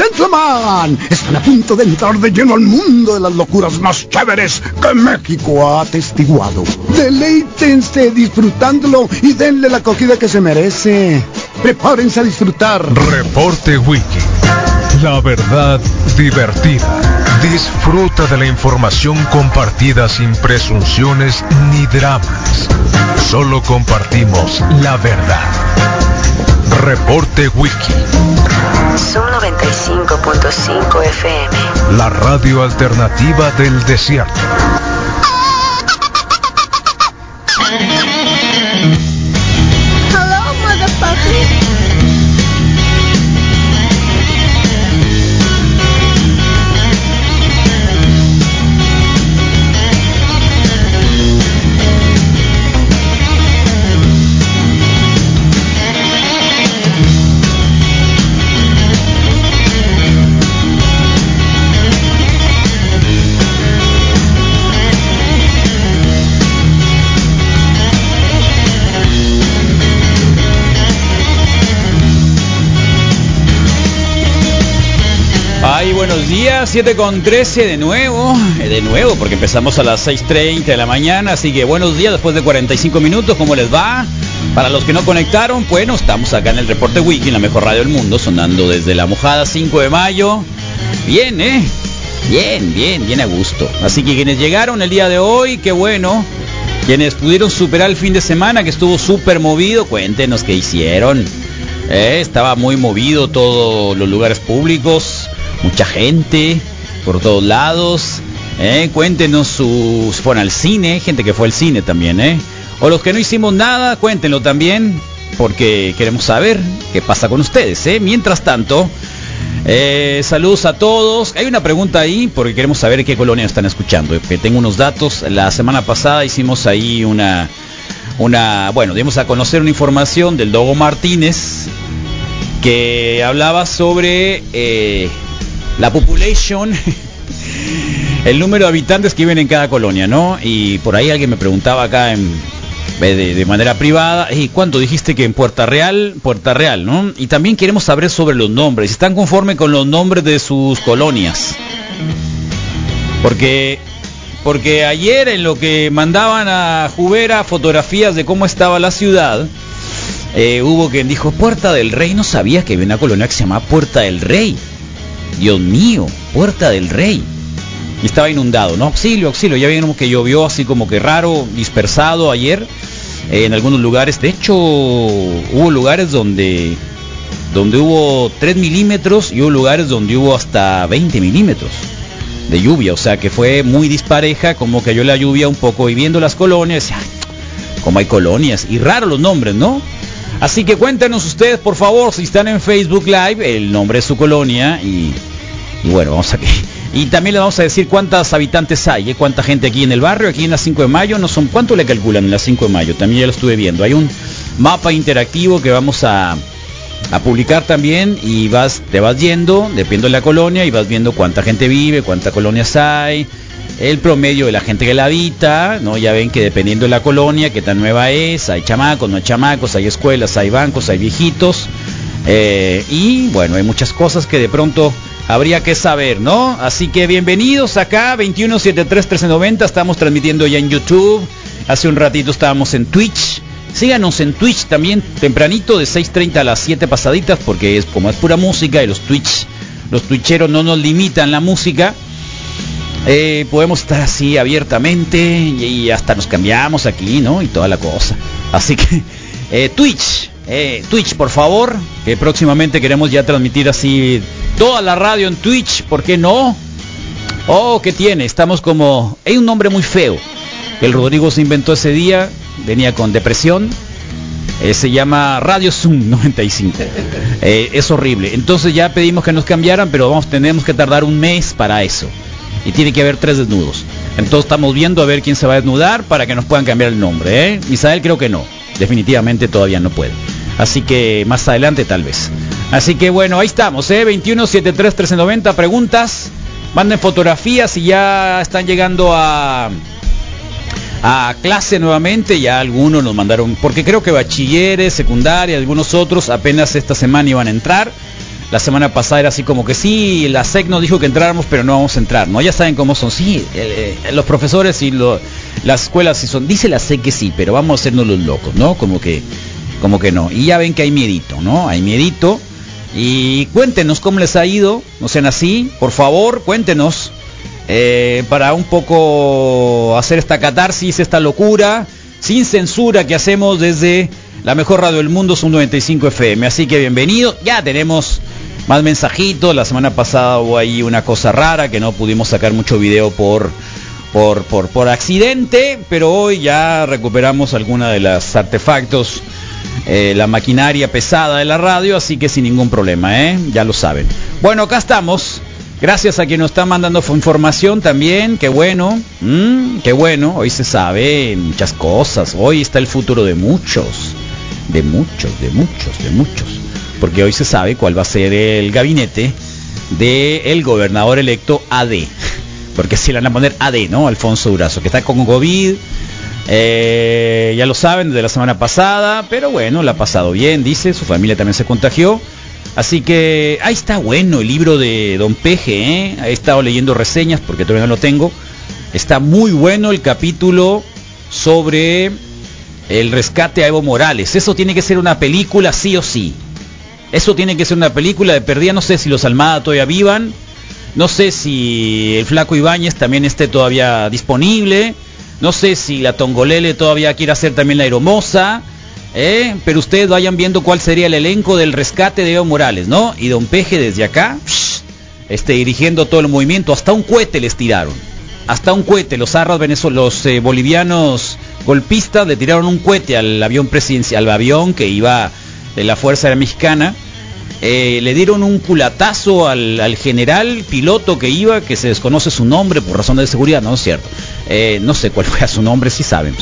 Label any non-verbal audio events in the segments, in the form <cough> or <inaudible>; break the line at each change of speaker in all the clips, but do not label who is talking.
Superman. Están a punto de entrar de lleno al mundo de las locuras más chéveres que México ha atestiguado. Deleítense disfrutándolo y denle la acogida que se merece. Prepárense a disfrutar.
Reporte Wiki. La verdad divertida. Disfruta de la información compartida sin presunciones ni dramas. Solo compartimos la verdad. Reporte Wiki.
Son 95.5 FM.
La radio alternativa del desierto.
Hello, motherfucker.
Ay, buenos días, 7 con 13 de nuevo, eh, de nuevo, porque empezamos a las 6.30 de la mañana, así que buenos días después de 45 minutos, ¿cómo les va? Para los que no conectaron, bueno, estamos acá en el Reporte Wiki, en la mejor radio del mundo, sonando desde La Mojada, 5 de mayo. Bien, ¿eh? Bien, bien, bien a gusto. Así que quienes llegaron el día de hoy, qué bueno. Quienes pudieron superar el fin de semana, que estuvo súper movido, cuéntenos qué hicieron. Eh, estaba muy movido todos los lugares públicos, mucha gente por todos lados. Eh, cuéntenos sus fueron al cine, gente que fue al cine también, eh. O los que no hicimos nada, cuéntenlo también, porque queremos saber qué pasa con ustedes, eh. Mientras tanto, eh, saludos a todos. Hay una pregunta ahí porque queremos saber qué colonia están escuchando. Que tengo unos datos. La semana pasada hicimos ahí una, una, bueno, dimos a conocer una información del Dogo Martínez que hablaba sobre eh, la population, <laughs> el número de habitantes que viven en cada colonia, ¿no? Y por ahí alguien me preguntaba acá en eh, de, de manera privada, ¿y cuánto dijiste que en Puerta Real? Puerta Real, ¿no? Y también queremos saber sobre los nombres, si están conforme con los nombres de sus colonias. Porque porque ayer en lo que mandaban a Jubera fotografías de cómo estaba la ciudad, eh, hubo quien dijo, Puerta del Rey, no sabía que había una colonia que se llamaba Puerta del Rey. Dios mío, Puerta del Rey. Y estaba inundado, ¿no? Auxilio, auxilio. Ya vieron que llovió así como que raro, dispersado ayer eh, en algunos lugares. De hecho, hubo lugares donde, donde hubo 3 milímetros y hubo lugares donde hubo hasta 20 milímetros de lluvia. O sea que fue muy dispareja, como cayó la lluvia un poco y viendo las colonias, ¡ay! como hay colonias. Y raro los nombres, ¿no? Así que cuéntenos ustedes, por favor, si están en Facebook Live, el nombre de su colonia y, y bueno, vamos a que... Y también le vamos a decir cuántas habitantes hay, ¿eh? cuánta gente aquí en el barrio, aquí en la 5 de mayo, no son cuánto le calculan en la 5 de mayo, también ya lo estuve viendo. Hay un mapa interactivo que vamos a, a publicar también y vas te vas yendo, dependiendo de la colonia y vas viendo cuánta gente vive, cuántas colonias hay, el promedio de la gente que la habita, ¿no? Ya ven que dependiendo de la colonia, qué tan nueva es, hay chamacos, no hay chamacos, hay escuelas, hay bancos, hay viejitos. eh, y bueno, hay muchas cosas que de pronto habría que saber, ¿no? Así que bienvenidos acá, 2173-1390, estamos transmitiendo ya en YouTube, hace un ratito estábamos en Twitch, Síganos en Twitch también tempranito de 6.30 a las 7 pasaditas porque es como es pura música y los Twitch, los Twitcheros no nos limitan la música. Eh, podemos estar así abiertamente y, y hasta nos cambiamos aquí, ¿no? Y toda la cosa. Así que eh, Twitch, eh, Twitch por favor, que próximamente queremos ya transmitir así toda la radio en Twitch, ¿por qué no? Oh, ¿qué tiene? Estamos como... Hay un nombre muy feo. que El Rodrigo se inventó ese día. Venía con depresión. Eh, se llama Radio Zoom 95. Eh, es horrible. Entonces ya pedimos que nos cambiaran, pero vamos, tenemos que tardar un mes para eso. Y tiene que haber tres desnudos. Entonces estamos viendo a ver quién se va a desnudar para que nos puedan cambiar el nombre. ¿eh? Misael creo que no. Definitivamente todavía no puede. Así que más adelante tal vez. Así que bueno, ahí estamos. ¿eh? 21 73 1390. Preguntas. Manden fotografías y ya están llegando a a clase nuevamente, ya algunos nos mandaron, porque creo que bachilleres, secundaria, algunos otros apenas esta semana iban a entrar. La semana pasada era así como que sí, la SEC nos dijo que entráramos, pero no vamos a entrar, ¿no? Ya saben cómo son, sí, eh, eh, los profesores y lo- las escuelas sí son, dice la SEC que sí, pero vamos a hacernos los locos, ¿no? Como que, como que no. Y ya ven que hay miedito, ¿no? Hay miedito. Y cuéntenos cómo les ha ido, no sean así, por favor, cuéntenos. eh, para un poco hacer esta catarsis, esta locura, sin censura que hacemos desde la mejor radio del mundo, un 95 FM. Así que bienvenidos, ya tenemos más mensajitos. La semana pasada hubo ahí una cosa rara que no pudimos sacar mucho video por, por, por, por accidente, pero hoy ya recuperamos alguna de las artefactos eh, la maquinaria pesada de la radio, así que sin ningún problema, ¿eh? ya lo saben. Bueno, acá estamos. Gracias a quien nos está mandando f- información también, qué bueno, mm, qué bueno, hoy se sabe muchas cosas, hoy está el futuro de muchos, de muchos, de muchos, de muchos, porque hoy se sabe cuál va a ser el gabinete del gobernador electo AD, porque si le van a poner AD, ¿no? Alfonso Durazo, que está con COVID, eh, ya lo saben desde la semana pasada, pero bueno, la ha pasado bien, dice, su familia también se contagió. Así que ahí está bueno el libro de Don Peje, ¿eh? he estado leyendo reseñas porque todavía no lo tengo. Está muy bueno el capítulo sobre el rescate a Evo Morales. Eso tiene que ser una película sí o sí. Eso tiene que ser una película de perdida. No sé si los Almada todavía vivan. No sé si el Flaco Ibáñez también esté todavía disponible. No sé si la Tongolele todavía quiere hacer también la Aeromosa. ¿eh? Pero ustedes vayan viendo cuál sería el elenco del rescate de Evo Morales, ¿no? Y Don Peje desde acá, este, dirigiendo todo el movimiento. Hasta un cohete les tiraron. Hasta un cohete. Los arras venezol- los eh, bolivianos golpistas le tiraron un cohete al avión presidencial, al avión que iba de la Fuerza Aérea Mexicana. Eh, le dieron un culatazo al, al general piloto que iba, que se desconoce su nombre por razones de seguridad, no es cierto. Eh, no sé cuál fue su nombre, si sabemos.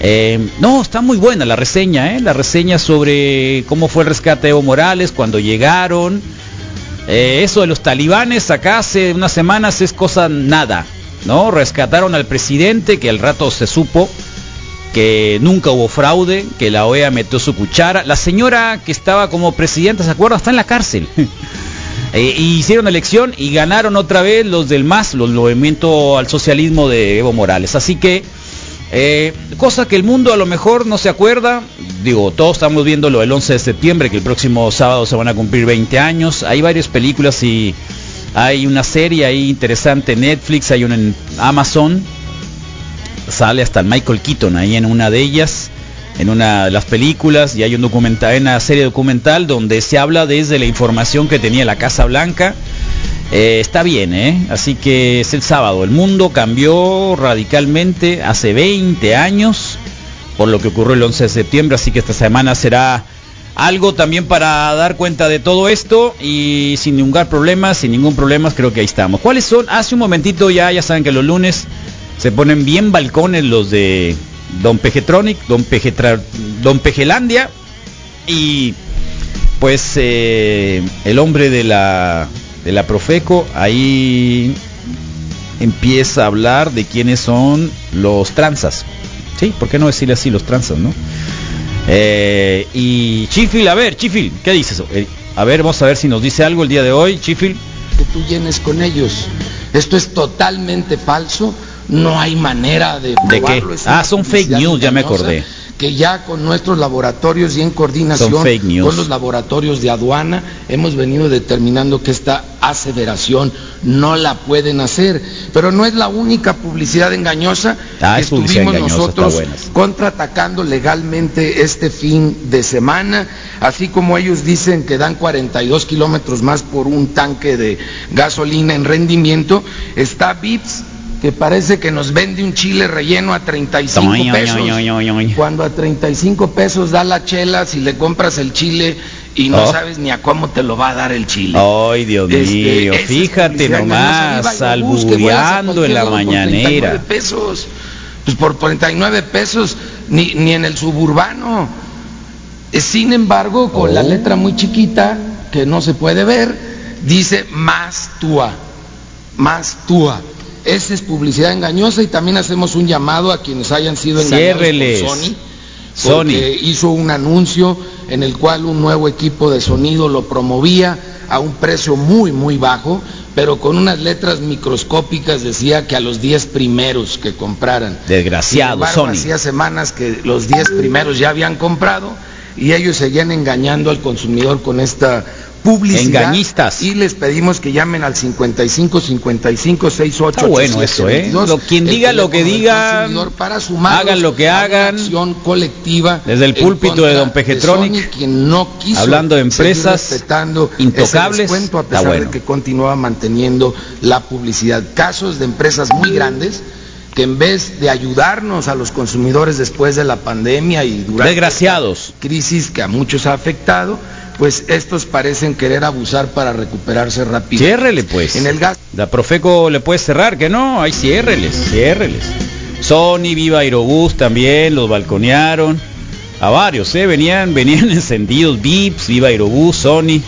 Eh, no, está muy buena la reseña, ¿eh? la reseña sobre cómo fue el rescate de Evo Morales, cuando llegaron, eh, eso de los talibanes acá hace unas semanas es cosa nada, ¿no? Rescataron al presidente, que al rato se supo que nunca hubo fraude, que la OEA metió su cuchara. La señora que estaba como presidenta, ¿se acuerdan? Está en la cárcel. Eh, y hicieron elección y ganaron otra vez los del MAS, los movimiento al socialismo de Evo Morales. Así que, eh, cosa que el mundo a lo mejor no se acuerda. Digo, todos estamos viendo lo del 11 de septiembre, que el próximo sábado se van a cumplir 20 años. Hay varias películas y hay una serie ahí interesante en Netflix, hay una en Amazon. Sale hasta el Michael Keaton ahí en una de ellas, en una de las películas, y hay un documental, una serie documental donde se habla desde la información que tenía la Casa Blanca. Eh, está bien, ¿eh? Así que es el sábado. El mundo cambió radicalmente hace 20 años por lo que ocurrió el 11 de septiembre, así que esta semana será algo también para dar cuenta de todo esto y sin ningún problema, sin ningún problema, creo que ahí estamos. ¿Cuáles son? Hace un momentito ya, ya saben que los lunes se ponen bien balcones los de Don Pejetronic, Don, Pejetra, Don Pejelandia y pues eh, el hombre de la, de la Profeco ahí empieza a hablar de quiénes son los tranzas. Sí, ¿por qué no decirle así los tranzas, no? Eh, y Chifil, a ver, Chifil, ¿qué dices? Eh, a ver, vamos a ver si nos dice algo el día de hoy, Chifil.
que tú llenes con ellos. Esto es totalmente falso, no hay manera de...
qué?
probarlo, es
Ah,
una
son fake
publicidad
news, ya me
engañosa
acordé.
Que ya con nuestros laboratorios y en coordinación
Son fake news.
con los laboratorios de aduana hemos venido determinando que esta aseveración no la pueden hacer. Pero no es la única publicidad engañosa
Ah,
que
es publicidad
estuvimos
engañosa,
nosotros
está buena.
contraatacando legalmente este fin de semana, así como ellos dicen que dan 42 kilómetros más por un tanque de gasolina en rendimiento, está VIPS que parece que nos vende un chile relleno a 35
Oy, oy,
pesos.
oy, oy, oy.
Cuando a 35 pesos da la chela si le compras el chile y no
Oh.
sabes ni a cómo te lo va a dar el chile.
Ay, Dios
Este,
mío,
esa es
fíjate
publicidad engañosa,
nomás,
viva Aerobús, que vuelas a
albureando en la
cualquier lado por 39
mañanera.
pesos. Pues por 49 pesos, ni, ni en el suburbano. Eh, Sin embargo, con la
Oh.
letra muy chiquita, que no se puede ver, dice más túa, más túa. Esa es publicidad engañosa y también hacemos un llamado a quienes hayan sido engañados
Ciérreles.
por Sony.
Sony.
porque hizo un anuncio en el cual un nuevo equipo de sonido lo promovía a un precio muy, muy bajo, pero con unas letras microscópicas decía que a los 10 primeros que compraran.
Desgraciado,
Sin embargo,
Sony.
Hacía semanas que los 10 primeros ya habían comprado y ellos seguían engañando al consumidor con esta publicidad.
Engañistas.
Y les pedimos que llamen al 55 55 68
Está bueno eso, ¿eh? Lo- quien diga lo que diga,
para sumar
hagan lo que hagan.
acción colectiva
Desde el
en
púlpito
contra
de don Pejetronic,
Sony, quien no quiso
hablando de
seguir
empresas
respetando ese
intocables.
descuento, a
Está
pesar
bueno.
de que continuaba manteniendo la publicidad. Casos de empresas muy grandes que en vez de ayudarnos a los consumidores después de la pandemia y durante
Desgraciados.
crisis que a muchos ha afectado, pues estos parecen querer abusar para recuperarse rápido.
Ciérrele, pues.
En el gas
La Profeco le puede cerrar, que no, ahí ciérreles, ciérreles. Sony, Viva Aerobús también, los balconearon. A varios, ¿eh? Venían, <laughs> venían encendidos, VIPs, Viva Aerobús, Sony.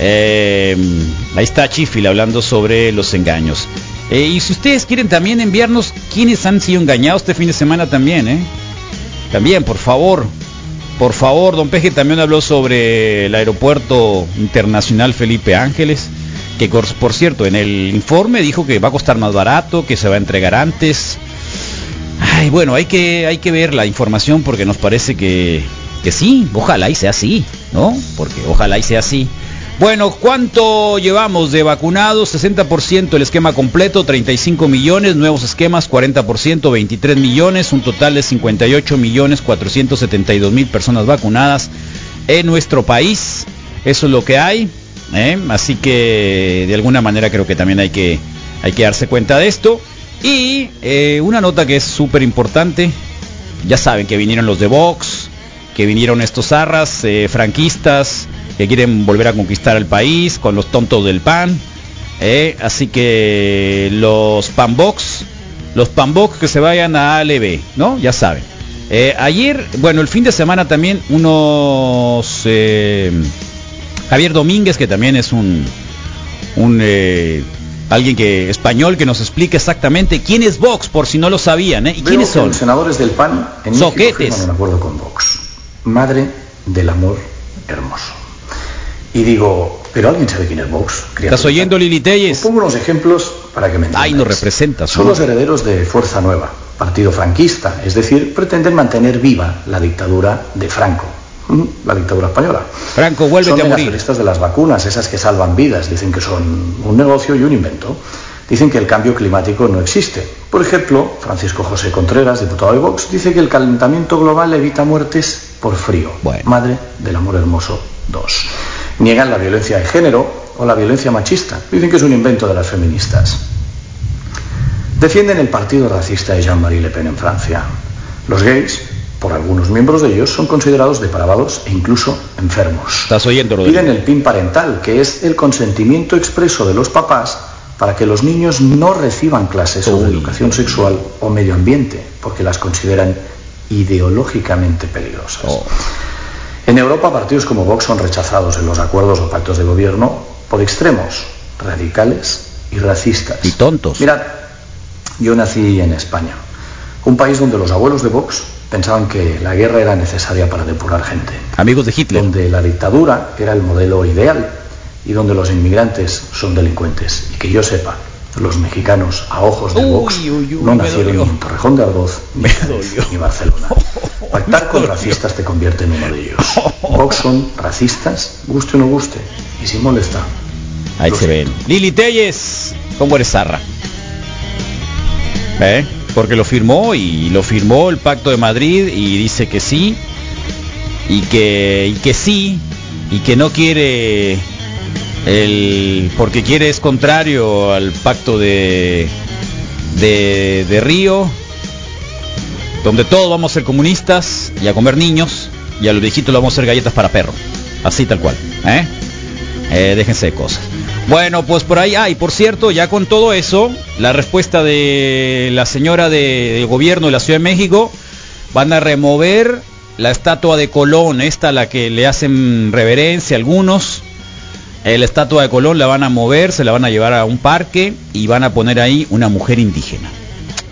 Eh, ahí está Chifil hablando sobre los engaños. Eh, y si ustedes quieren también enviarnos quienes han sido engañados este fin de semana también, ¿eh? También, por favor. Por favor, don Peje también habló sobre el aeropuerto internacional Felipe Ángeles, que cor- por cierto, en el informe dijo que va a costar más barato, que se va a entregar antes. Ay, bueno, hay que, hay que ver la información porque nos parece que, que sí, ojalá y sea así, ¿no? Porque ojalá y sea así. Bueno, ¿cuánto llevamos de vacunados? 60% el esquema completo, 35 millones, nuevos esquemas 40%, 23 millones, un total de 58 millones 472 mil personas vacunadas en nuestro país. Eso es lo que hay. ¿eh? Así que de alguna manera creo que también hay que, hay que darse cuenta de esto. Y eh, una nota que es súper importante. Ya saben que vinieron los de Vox, que vinieron estos zarras eh, franquistas, que quieren volver a conquistar el país con los tontos del PAN. ¿eh? Así que los PANBOX, los PANBOX que se vayan a ALB, ¿no? Ya saben. Eh, ayer, bueno, el fin de semana también unos... eh, Javier Domínguez, que también es un, un eh, alguien que español que nos explica exactamente quién es Vox, por si no lo sabían, ¿eh? ¿Y
Veo
quiénes
que
son?
Los senadores del PAN en México
Zoquetes.
firman un acuerdo con Vox. Madre del amor hermoso. Y digo, ¿pero alguien sabe quién es Vox? Quería
¿Estás
preguntar.
oyendo Lili
Os
Telles?
pongo unos ejemplos para que me entendáis.
Ay, nos representas,
Son
¿no?
los herederos de Fuerza Nueva, partido franquista, es decir, pretenden mantener viva la dictadura de Franco, ¿m? la dictadura española.
Franco, vuélvete
son
a morir.
negacionistas de las vacunas, esas que salvan vidas, dicen que son un negocio y un invento. Dicen que el cambio climático no existe. Por ejemplo, Francisco José Contreras, diputado de Vox, dice que el calentamiento global evita muertes por frío.
Bueno.
Madre del amor hermoso 2. Niegan la violencia de género o la violencia machista. Dicen que es un invento de las feministas. Defienden el partido racista de Jean-Marie Le Pen en Francia. Los gays, por algunos miembros de ellos, son considerados depravados e incluso enfermos.
¿Estás oyendo, Rodrigo?
Piden el PIN parental, que es el consentimiento expreso de los papás para que los niños no reciban clases sobre
Uy.
educación sexual o medio ambiente, porque las consideran ideológicamente peligrosas.
Oh.
En Europa, partidos como Vox son rechazados en los acuerdos o pactos de gobierno por extremos, radicales y racistas.
Y tontos.
Mirad, yo nací en España, un país donde los abuelos de Vox pensaban que la guerra era necesaria para depurar gente
Amigos de Hitler.
donde la dictadura era el modelo ideal y donde los inmigrantes son delincuentes. Y que yo sepa, los mexicanos a ojos de
Uy,
Vox
uy, uy,
no
me
nacieron
dolió.
ni en Torrejón de Ardoz, ni, en Cádiz,
dolió. <laughs>
ni Barcelona. Pactar con racistas te convierte en uno de ellos. Vox son racistas, guste o no guste, y si molesta.
Ahí se ven. Lili Telles, ¿cómo eres zarra? ¿Eh? Porque lo firmó y lo firmó el Pacto de Madrid y dice que sí y que, y que sí y que no quiere el porque quiere es contrario al Pacto de de, de Río donde todos vamos a ser comunistas y a comer niños y a los viejitos le vamos a hacer galletas para perro así tal cual ¿eh? Eh, déjense de cosas. Bueno, pues por ahí, ah, y por cierto, ya con todo eso, la respuesta de la señora de- del gobierno de la Ciudad de México, van a remover la estatua de Colón, esta a la que le hacen reverencia algunos. Eh, la estatua de Colón la van a mover, se la van a llevar a un parque y van a poner ahí una mujer indígena.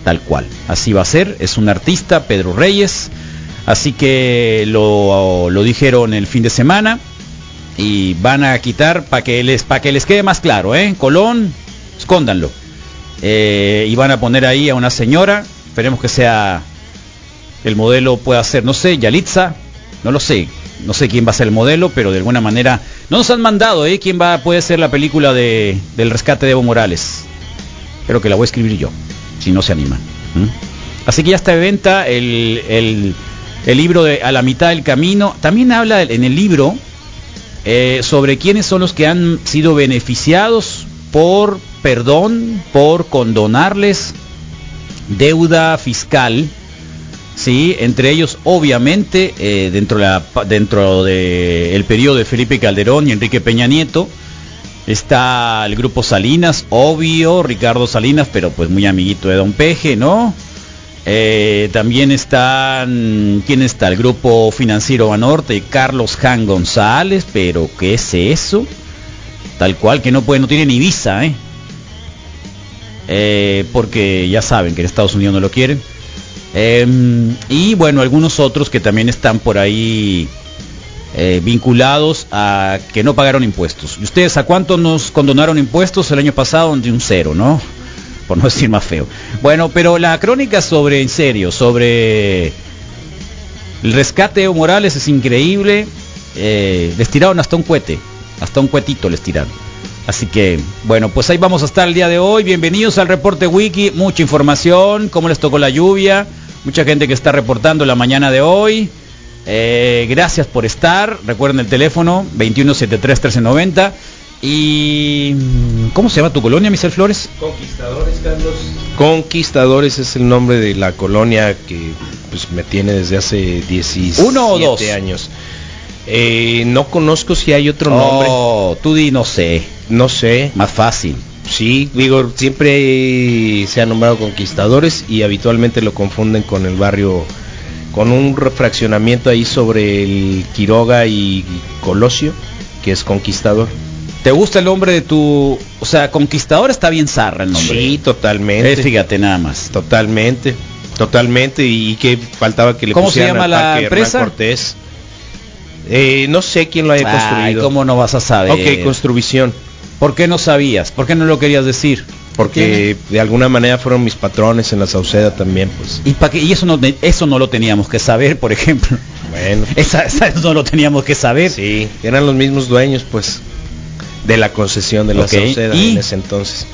Tal cual. Así va a ser. Es un artista, Pedro Reyes. Así que lo, lo dijeron el fin de semana. y van a quitar para que les para que les quede más claro, ¿eh? Colón, escóndanlo. Eh, y van a poner ahí a una señora, esperemos que sea el modelo pueda ser, no sé, Yalitza, no lo sé, no sé quién va a ser el modelo, pero de alguna manera no nos han mandado, ¿eh? Quién va puede ser la película de, del rescate de Evo Morales. Pero que la voy a escribir yo, si no se animan. ¿eh? Así que ya está de venta el, el, el libro de A la mitad del camino. También habla en el libro eh, sobre quiénes son los que han sido beneficiados por perdón, por condonarles deuda fiscal. Sí, entre ellos obviamente eh, dentro, la, dentro de el periodo de Felipe Calderón y Enrique Peña Nieto está el grupo Salinas, obvio, Ricardo Salinas, pero pues muy amiguito de Don Peje, ¿no? Eh, también están, ¿quién está? El grupo financiero Banorte, Carlos Han González, pero ¿qué es eso? Tal cual que no puede, no tiene ni visa, ¿eh? Eh, porque ya saben que en Estados Unidos no lo quieren. Em, y bueno, algunos otros que también están por ahí eh, vinculados a que no pagaron impuestos. ¿Y ustedes a cuánto nos condonaron impuestos el año pasado? De un cero, ¿no? por no decir más feo. Bueno, pero la crónica sobre, en serio, sobre el rescate de Evo Morales es increíble. Eh, les tiraron hasta un cohete, hasta un cuetito les tiraron. Así que, bueno, pues ahí vamos a estar el día de hoy. Bienvenidos al reporte wiki, mucha información, cómo les tocó la lluvia, mucha gente que está reportando la mañana de hoy. Eh, gracias por estar. Recuerden el teléfono 2173 1390. ¿Y cómo se llama tu colonia, Michel Flores?
Conquistadores, Carlos. Conquistadores es el nombre de la colonia que pues, me tiene desde hace 17
¿Uno o dos?
años. Eh, no conozco si hay otro nombre.
Oh, tú di no sé.
No sé.
Más fácil.
Sí, digo, siempre se ha nombrado Conquistadores y habitualmente lo confunden con el barrio, con un refraccionamiento ahí sobre el Quiroga y Colosio, que es Conquistador.
¿Te gusta el nombre de tu... O sea, Conquistador está bien zarra el nombre.
Sí, totalmente.
Eh, fíjate nada más.
Totalmente, totalmente. Y que faltaba que le
¿Cómo se llama
al
la
parque Hernán
empresa?
Cortés. Eh, no sé quién lo haya
Ay,
construido.
¿cómo no vas a saber?
Eh,
Ok, Construvisión.
¿Por qué no sabías? ¿Por qué no lo querías decir?
Porque de alguna manera fueron mis patrones en la Sauceda también, pues.
¿Y, pa' qué? y eso, no, eso no lo teníamos que saber, por ejemplo.
Bueno.
<laughs> Esa, esa no lo teníamos que saber.
Sí, eran los mismos dueños, pues, de la concesión de la
Ok,
Sauceda
¿y?
en ese entonces.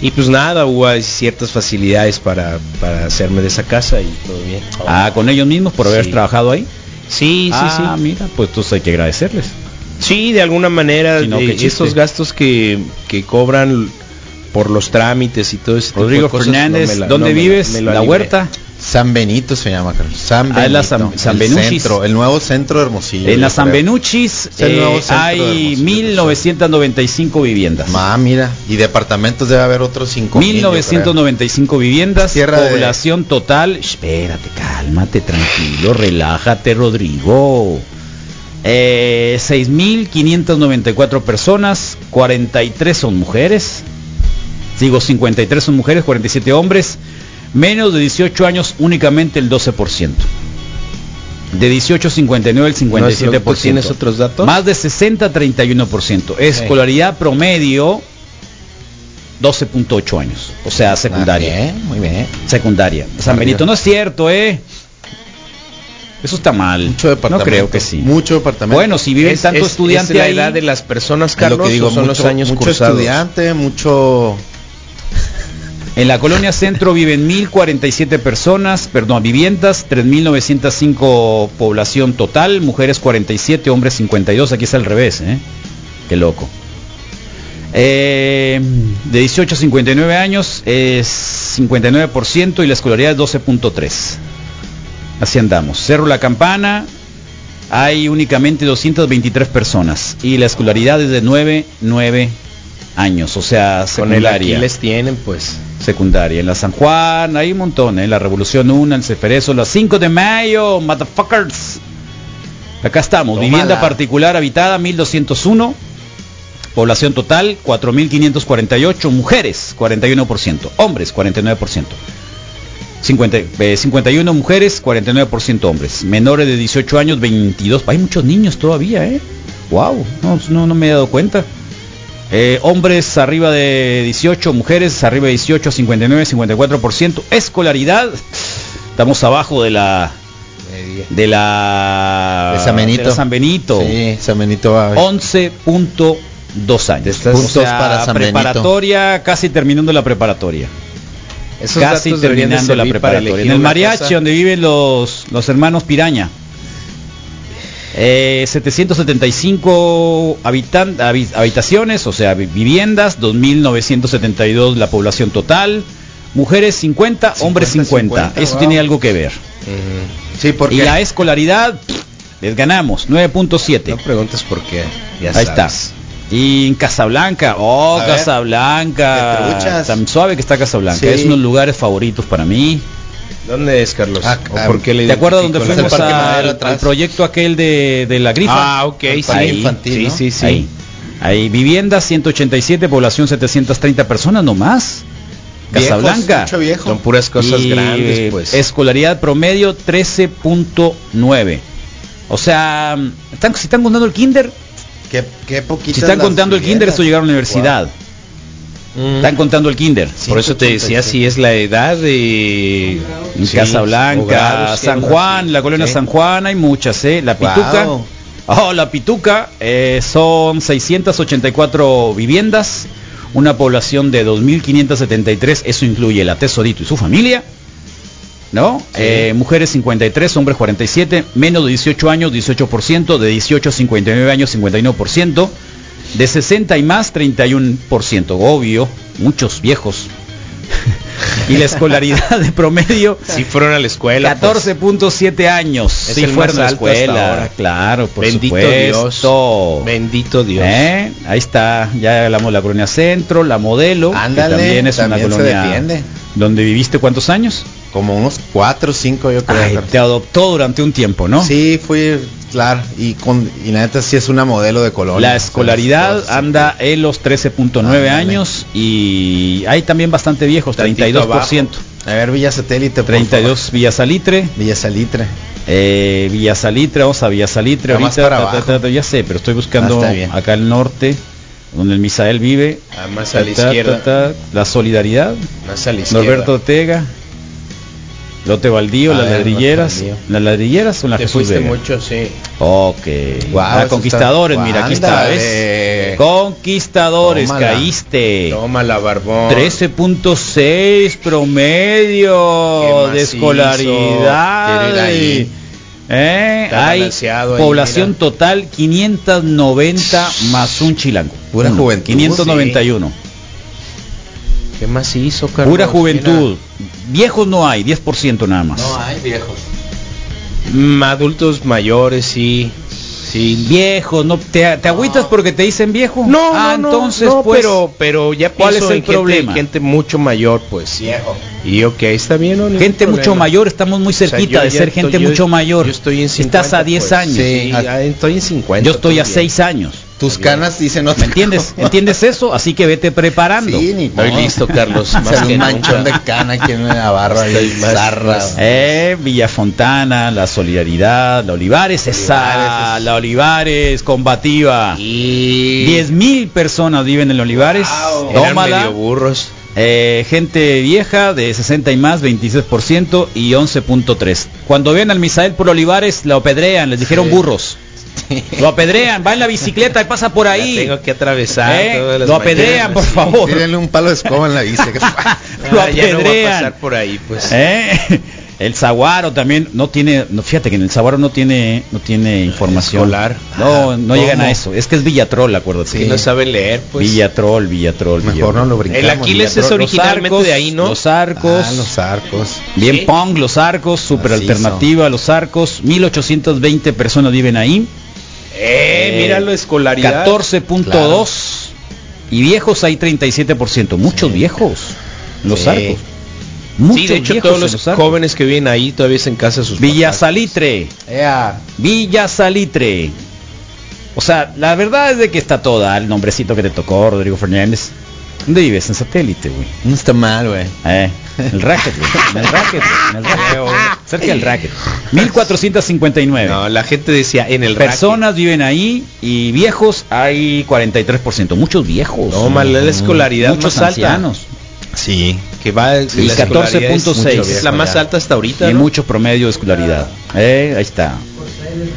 Y pues nada, hubo ahí ciertas facilidades para, para hacerme de esa casa y todo bien.
Ah, con ellos mismos por haber
Sí.
trabajado ahí.
sí, sí, sí.
Ah, mira, pues entonces hay que agradecerles.
Sí, de alguna manera,
Si no,
eh,
qué chiste.
estos gastos que, que cobran por los trámites y todo esto.
Rodrigo Fernández, ¿dónde vives? la huerta.
San Benito se llama, Carlos. San
Ah, es
Benito.
la San- San
el,
Benuchis.
centro, el nuevo centro de Hermosillo.
en
yo
la San
creo.
Benuchis
Es el nuevo
eh,
centro de
hay
Hermosillo.
1995 viviendas.
Ma, mira. Y departamentos debe haber otros 5.000. yo creo.
1995 viviendas,
Tierra de-
población total. Espérate, cálmate, tranquilo, relájate, Rodrigo. Eh, 6.594 personas, 43 son mujeres. Digo, 53 son mujeres, 47 hombres. Menos de 18 años, únicamente el 12%. De 18 a 59 el 57%.
¿Tú tienes otros datos?
Más de 60 31%. Escolaridad promedio 12.8 años. O sea,
Ah,
secundaria.
bien, Ah, muy bien.
Secundaria. San Benito no es cierto, ¿eh? Eso está mal.
Mucho
no
departamento.
creo que sí.
Mucho departamento.
Bueno, si viven
¿Es,
tanto
es-
estudiante
es la
ahí,
edad de las personas,
Es
Carlos,
lo que digo,
o son
mucho,
los años
mucho
cursados?
estudiante, mucho...
en la colonia centro viven 1047 personas, perdón, viviendas, 3905 población total, mujeres 47, hombres 52, aquí está al revés, ¿eh? Qué loco. Eh, de 18 a 59 años es 59% y la escolaridad es 12.3. Así andamos. Cerro La Campana, hay únicamente 223 personas y la escolaridad es de 9, 9 años, o sea,
Con el
secundaria.
Aquiles tienen, pues.
Secundaria, en la San Juan, hay un montón, ¿eh? en la Revolución 1, en Ceferezo, las 5 de mayo, motherfuckers. Acá estamos,
Tómala.
vivienda particular habitada 1201, población total 4548, mujeres 41%, hombres 49%. 50, eh, 51 mujeres, 49% hombres. Menores de 18 años, 22. Hay muchos niños todavía, ¿eh? Wow, no, no, no me he dado cuenta. Eh, hombres arriba de 18, mujeres arriba de 18, 59, 54%. Escolaridad, estamos abajo de la... De la...
De San Benito.
de la San Benito.
Sí, San Benito va.
11.2 años.
De estas
O
puntos
sea,
para San Benito.
preparatoria, casi terminando la preparatoria.
Esos
casi
datos deberían de
terminando la
servir para
preparatoria.
elegir
En el
una
mariachi,
cosa.
donde viven los, los hermanos Piraña. Eh, 775 habitan- habi- habitaciones, o sea, vi- viviendas, 2.972 la población total, mujeres 50, hombres 50.
50,
Eso
wow. Mm.
tiene algo que ver.
Sí, porque
Y la escolaridad, pff, les ganamos, 9.7.
No preguntes por qué. Ya
Ahí
sabes.
está. Y en Casablanca, oh,
A ver. Te
Casablanca.
truchas.
Tan suave que está Casablanca.
Sí.
Es uno de los lugares favoritos para mí.
¿Dónde es Carlos?
Ah,
¿O
ah,
por qué le
¿Te acuerdas donde
identifico
la-
fuimos
el Parque
al,
Madero
al
atrás.
proyecto aquel de, de la grifa?
Ah, ok,
Al
sí.
parque infantil,
sí,
¿no?
sí, sí.
Ahí. Ahí, vivienda 187, población 730 personas nomás. Casablanca.
Mucho viejo.
Son puras cosas
Y, eh,
grandes, pues.
Escolaridad promedio 13.9. O sea, están, si están contando el kinder,
Qué, qué poquitas
si están
las
contando el kinder,
viviendas.
esto llegaron a la universidad.
Mm.
Están contando el kinder.
Por eso te decía si es la edad de
En
Sí,
Casablanca,
o grados, sí,
San
algo
Juan,
así.
la colonia
Sí.
San Juan, hay muchas, ¿eh? La Pituca.
Guau.
Oh, la Pituca eh, son 684 viviendas, una población de 2.573, eso incluye la Tesorito y su familia, ¿no? Eh, mujeres 53, hombres 47, menos de 18 años 18%, de 18 a 59 años 51%, de 60 y más 31%, obvio, muchos viejos. <laughs> y la escolaridad de promedio
Si fueron a la escuela. pues.
14.7 años.
Es
Sí,
el
fueron
más
a la
alto hasta
escuela.
ahora.
Claro, por
Bendito
supuesto.
Dios. Bendito Dios.
¿Eh? Ahí está, ya hablamos de la colonia centro, la modelo,
Ándale,
que también es
también
una
se
colonia
defiende.
donde viviste cuántos años?
Como unos 4 o 5 yo creo.
Ay,
Carlos.
te adoptó durante un tiempo, ¿no?
Sí, fui, claro, y con y la neta sí es una modelo de colonia.
La escolaridad
O sea,
anda en los 13.9
Ándale.
años y hay también bastante viejos,
Tantito
32%.
A ver, Villa Satélite. por favor.
32 Villa Salitre,
Villa Salitre.
Eh, Villa Salitre, vamos a Villa Salitre
Está más
ahorita,
para
ta, ta,
abajo.
ta, ta, ya sé, pero estoy buscando
Ah, está bien.
acá al norte, donde el Misael vive.
Ah, más a la
Ta, ta,
izquierda.
ta, la solidaridad,
Más a la izquierda.
Norberto Ah, Ortega, Lote Baldío,
A
las
ver,
ladrilleras,
Ah, Lote Baldío.
las ladrilleras son las
Te
Jesús
fuiste
Vega?
mucho, sí.
Guau,
Ok,
eso
Ah,
está-
conquistadores, mira, aquí está,
Ándale.
¿ves? Conquistadores,
Tómala.
caíste.
Toma la barbón.
13.6 promedio
Qué
de
macizo.
escolaridad.
Quiero ir ahí.
Eh,
Está
Hay
balanceado ahí,
población
mira.
total 590 más un chilango.
Pura
Uno.
juventud,
591.
¿Qué más hizo, Carlos?
Pura juventud. Viejos no hay, 10% nada más.
hay viejos.
Mm, adultos mayores, sí. Sí.
Viejos, no te, te agüitas porque te dicen viejo. Ah, entonces pues
pero, pero ya
¿cuál
pienso
es el
en gente-
problema?
Gente, mucho mayor, pues. Y ok, está bien. no, ningún
gente mucho
problema.
mayor, estamos muy
O sea,
cerquita
yo
de
ya
ser
estoy-
gente
yo-
mucho mayor.
Yo estoy en 50,
Estás a 10
pues.
años.
Sí,
Sí.
ya estoy en 50.
Yo estoy a
también.
6 años.
Tus canas dicen no
¿Me entiendes? ¿Entiendes eso? Así que vete preparando.
<laughs> Sí, ni
Estoy listo,
<laughs>
Carlos.
Sale
Más que
un manchón
nunca.
de cana aquí en la barra ahí,
Estoy más-
zarra.
más-
Eh, Villafontana, la solidaridad, la Olivares, esa, la Olivares combativa.
Y...
10.000 personas viven en la Olivares.
Eran
Tómala.
medio burros.
Eh, gente vieja de 60 y más, 26% y 11.3. Cuando ven al Misael por Olivares, lo apedrean, les dijeron burros. Lo apedrean, va en la bicicleta y pasa por ahí.
La tengo que atravesar.
Eh,
todas las
Lo
mañanas,
apedrean, por
sí.
favor.
Tírenle un palo de escoba en la bici.
<laughs>
Ah, ya
Lo
no voy a
apedrean.
pasar por ahí, pues.
¿Eh? El Zaguaro también no tiene, no, fíjate que en el Zaguaro no tiene, no tiene información.
Escolar.
No,
Ah,
no llegan
¿cómo?
a eso. Es que es Villatrol, acuérdate.
Que no saben leer, pues.
Villatrol, Villatrol.
Mejor
Villatrol.
no lo brincamos.
El Aquiles
ya,
es
bro.
Los
originalmente
arcos,
de ahí, ¿no?
Los arcos.
Ah, los arcos.
Bien
Sí.
punk, los arcos, super alternativa, los arcos. 1820 personas viven ahí.
Eh, mira lo escolaridad.
14.2. Y viejos hay 37%. Muchos viejos. Los
Sí.
arcos. Muchos
Sí, de hecho,
viejos
todos
en
los,
Arcos.
jóvenes que viven ahí todavía es en casa de sus papás.
Villasalitre.
Eh, ah.
Ea,
Villa Salitre. O sea, la verdad es de que está toda el nombrecito que te tocó, Rodrigo Fernández. ¿Dónde vives? En satélite, güey.
No está mal, güey.
Eh, en el racket, güey. En el racket, güey. En el racket. Cerca del racket. 1459.
No, la gente decía en el
Personas viven ahí y viejos hay 43%. Muchos viejos.
No, mal, la escolaridad
muchos
más alta.
ancianos.
Sí.
que va
Sí,
la escolaridad es
14.6.
mucho, es la más alta hasta ahorita.
y
¿no?
mucho promedio de escolaridad. Eh, ahí está.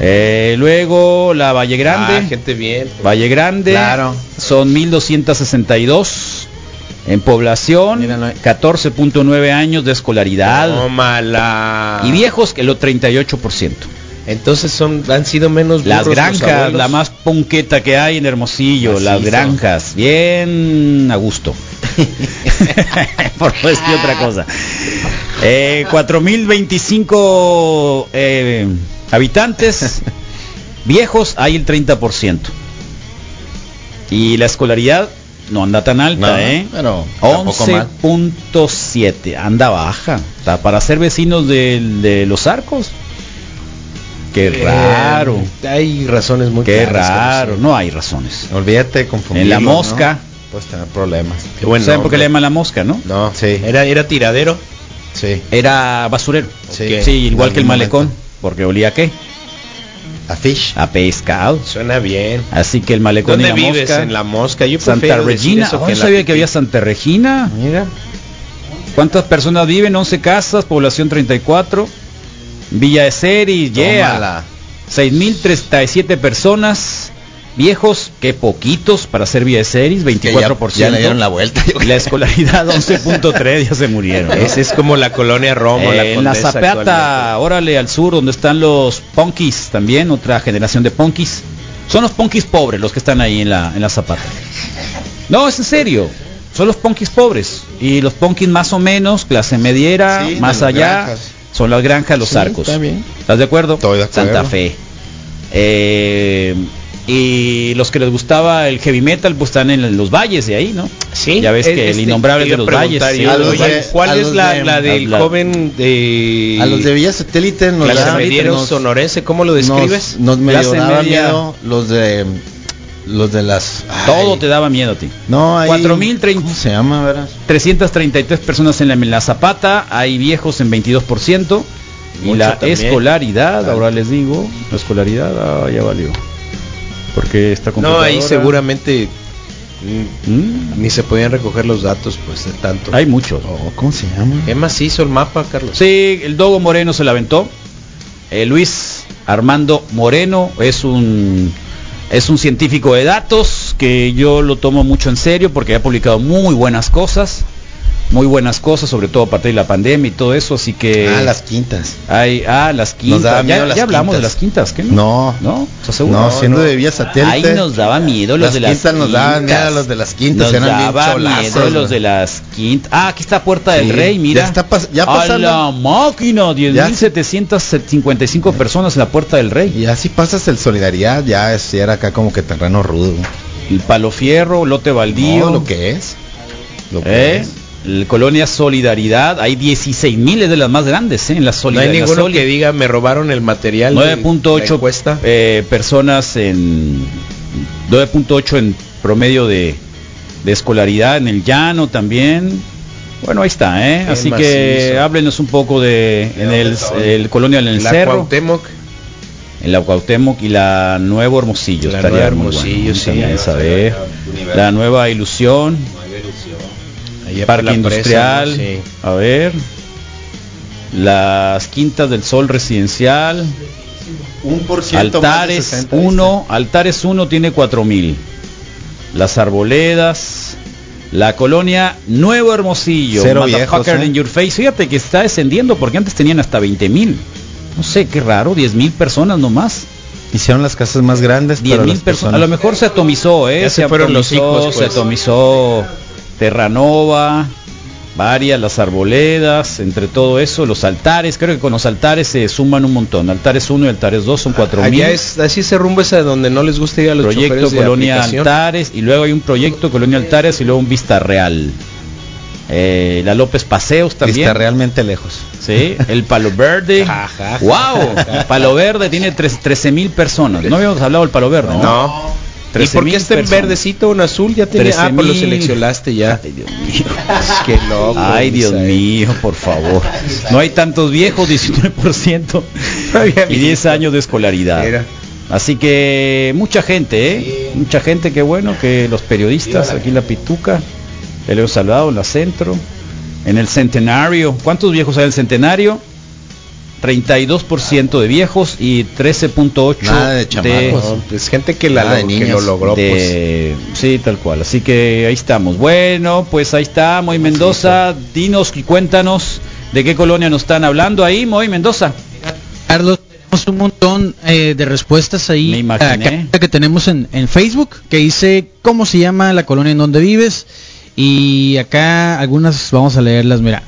Eh, luego la Valle Grande.
Ah, gente bien.
Valle Grande.
Claro.
Son 1262 en población,
Míralo ahí.
14.9 años de escolaridad
No, ah. mala.
y viejos que lo 38%.
Entonces son han sido menos burros
Las
los
granjas,
abuelos.
la más ponqueta que hay en Hermosillo,
Macizo.
las granjas, bien a gusto. <laughs> Por no decir otra cosa. Eh, 4.025 eh, habitantes, viejos hay el 30%. Y la escolaridad no anda tan alta,
No,
¿eh?
pero tampoco mal.
11.7, anda baja. O sea, para ser vecinos del- de, los arcos. Qué
Eh,
raro.
hay razones muy
Qué
claras,
raro,
Carlos.
no hay razones.
Olvídate de confundirlo,
En la
¿no?
mosca.
Puedes tener problemas.
Qué bueno,
¿Saben por qué
hombre.
le llaman la mosca, no?
No, sí.
Era era tiradero.
Sí.
Era basurero.
Sí.
Sí, igual
En
que el
algún
malecón,
momento.
porque olía a qué?
A fish.
A pescado.
Suena bien.
Así que el malecón y
¿Dónde
la
vives
mosca.
en la mosca? Yo
Santa
prefiero decir
Regina.
eso
Oh,
que
no
en la
sabía
pipí.
que había Santa Regina.
Mira.
¿Cuántas personas viven? 11 casas, población 34. Villa de Ceres, yeah.
Tómala.
6.037 personas. Viejos, qué poquitos para ser Villa de Ceres,
Que
24%.
Ya, ya le dieron la vuelta. yo
Y
creo.
la escolaridad 11.3 ya se murieron.
Esa es como la colonia Romo,
Eh,
la
en la
Condesa
Zapata,
actualmente.
órale al sur, donde están los punkis también, otra generación de punkis. Son los punkis pobres los que están ahí en la, en la Zapata. No, es en serio. Son los punkis pobres. Y los punkis más o menos, clase mediera,
Sí,
más
las
allá,
granjas.
son las granjas, los
Sí,
arcos.
está bien.
¿Estás de acuerdo?
Estoy de acuerdo.
Santa Fe. Eh, y los que les gustaba el heavy metal, pues están en los valles de ahí, ¿no?
Sí,
Ya ves
es-
que el
este,
innombrable
te
de
iba
los
a
valles.
preguntar
sí,
yo,
a
los
los
oye,
valles.
de-
¿Cuál
a
es
los
la,
de-
la del
la-
joven de
A los de Villa Satélite nos
clase
daban-
mediero
nos-
sonorense? ¿Cómo lo describes?
Nos, nos medio
Clase
daba
media.
miedo los de los de las ay,
Todo te daba miedo a ti.
No, hay
4.030.
¿Cómo se llama, verás?
333 personas en la, en la zapata, hay viejos en 22%. Y
Mucho
la
también.
escolaridad,
Ah.
ahora les digo, la escolaridad ah, ya valió. Porque esta
No,
computadora...
ahí seguramente mm,
Mm,
ni se podían recoger los datos, pues de tanto.
hay muchos.
Oh, ¿Cómo se llama?
¿Qué más hizo el mapa, Carlos?
Sí, el Dogo Moreno se la aventó. Eh, Luis Armando Moreno es un es un científico de datos que yo lo tomo mucho en serio porque ha publicado muy buenas cosas, muy buenas cosas, sobre todo a partir de la pandemia y todo eso, así
Eh,
que
ah, las quintas.
Ay, ah, las quintas.
daba
ya
miedo las
ya hablamos de
quintas.
las quintas, ¿qué
No.
¿No? ¿Estás seguro?
No, siendo de Villa Satélite.
Ahí nos daba miedo los
las
de las
quintas nos daban
quintas.
miedo a los de las quintas,
Nos
eran bien
daba
cholazos,
miedo los de
güey.
las quintas. Ah, aquí está Puerta del
Sí,
Rey,
ya
mira.
está pas- ya pasando.
A la máquina, 10.755 personas en la Puerta del Rey.
Y así pasas el solidaridad, ya es, ya era acá como que terreno rudo.
El Palo Fierro, Lote Baldío.
No, lo que es. Lo que
¿eh?
es.
El Colonia Solidaridad, hay 16.000 es de las más grandes ¿eh? en la
No hay
Solidaridad.
ninguno que diga me robaron el material. de la
9.8
encuesta".
eh, personas en 9.8 en promedio de, de escolaridad en el llano también. Bueno, ahí está, ¿eh?
Bien
Así que
macizo.
háblenos un poco de en
dónde
el,
está?
el colonial en el
la
cerro,
Cuauhtémoc.
en la Cuauhtémoc y la Nuevo Hermosillo.
La
estaría
Nueva
muy bueno,
Hermosillo, sí.
también saber. La Nueva Ilusión,
Allá por la
Parque
presa,
Industrial,
¿no? Sí.
a ver. Las Quintas del Sol Residencial.
Un por ciento más de
Altares
60, dice.
1, Altares 1 tiene 4000. Las Arboledas, la colonia Nuevo Hermosillo,
Cero
Motherfucker
viejos, ¿eh?
in your face. Fíjate que está descendiendo porque antes tenían hasta 20000. No sé, qué raro, 10000 personas nomás.
Hicieron las casas más grandes, pero
10000
las
personas. A lo mejor se atomizó, eh,
Ya se fueron los
atomizó,
hijos, pues.
se atomizó Terranova, varias las Arboledas, entre todo eso los altares, creo que con los altares se suman un montón. Altares 1 y Altares 2 son 4000.
Allá es, así se rumbo es a donde no les gusta ir a los
proyecto
choferes de
Colonia
aplicación.
Altares y luego hay un proyecto Colonia Altares y luego un Vista Real. Eh, la López Paseos también.
Está realmente lejos.
Sí, el Palo Verde.
Ja, ja, ja.
¡Wow! Palo Verde tiene tres- 13 mil personas. No habíamos hablado del Palo Verde, ¿no?
No.
¿Y por qué está en verdecito o en azul? Ya tenía. Ah, pues lo
13,000.
seleccionaste ya.
Ay, Dios mío.
<laughs>
Es que loco.
Ay, Dios
Misael.
mío, por favor. No hay tantos viejos,
<laughs>
19% y 10 años de escolaridad.
Mira.
Así que mucha gente, ¿eh? Mucha gente, qué bueno que los periodistas, aquí la Pituca, el Leo Salvado, en la Centro, en el Centenario. ¿Cuántos viejos hay en el Centenario? 32% de viejos y 13.8%
Nada de chamacos.
No, Pues, es gente que, la,
Nada de
log- que lo
niños.
logró, pues.
de- Sí, tal cual. Así que ahí estamos. Bueno, pues ahí está Moy Mendoza. Dinos y cuéntanos de qué colonia nos están hablando ahí, Moy Mendoza.
Carlos, tenemos un montón eh, de respuestas ahí.
Me imaginé.
a la carta que tenemos en, en Facebook, que dice cómo se llama la colonia en donde vives. Y acá algunas vamos a leerlas, mira.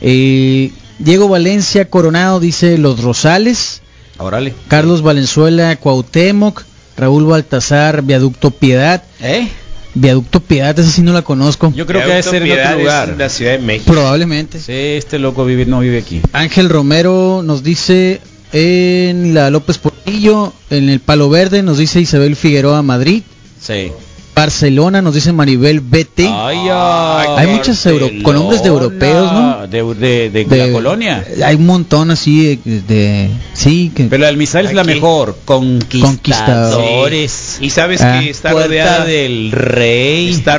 Eh, Diego Valencia Coronado dice Los Rosales.
Órale.
Carlos Valenzuela Cuauhtémoc. Raúl Baltazar, Viaducto Piedad.
¿Eh?
Viaducto Piedad, esa sí no la conozco.
Yo creo que debe ser en
Piedad
otro
es
lugar.
La Ciudad de México.
Probablemente.
Sí, este loco vive, no vive aquí.
Ángel Romero nos dice en la López Portillo, en el Palo Verde nos dice Isabel Figueroa Madrid,
Sí.
Barcelona nos dice Maribel BT, Hay
qué
muchas euro- con nombres de europeos, ¿no?
De, de, de, la colonia.
Hay un montón así de, de- sí que
Pero la del Misael es la
Aquí.
mejor. Conquistadores.
Y sabes
Ah.
que está
Puerta
rodeada de
del Rey.
está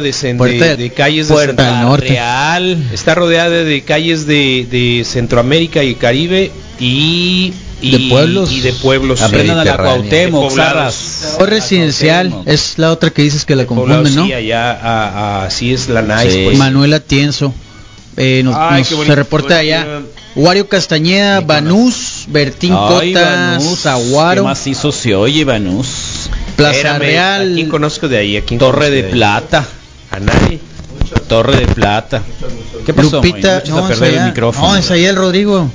<laughs>
de, cen-
Puerta
de-
del-
de calles de
Puerta
Centro-
del Norte.
Real.
está rodeada de calles de, de Centroamérica y Caribe y, y-
De pueblos.
y de pueblos
Aprendan a la
Mediterráneo.
Cuauhtémoc,
Poblados.
Sarras.
o residencial
Cuauhtémoc.
es la otra que dices que la
poblados,
confunden, ¿no?
sí, allá a- a- así es la nice
Sí.
pues.
Manuela Tienzo eh, nos,
Ay,
nos
qué bonito,
se reporta allá
bonito.
Wario Castañeda, Banús, Bertín
Ay,
Cota,
Banús,
Zaguaro,
¿Qué macizo se oye, Banús?
Plaza
Espérame, ¿a quién
Real,
conozco de ahí? ¿A quién
Torre
conozco
de
ahí?
Plata.
A nadie.
Torre de Plata. ¿Qué pasó? Moy?
Lupita,
Me echas a
no, es
perder el
allá.
micrófono.
No, es ahí el Rodrigo.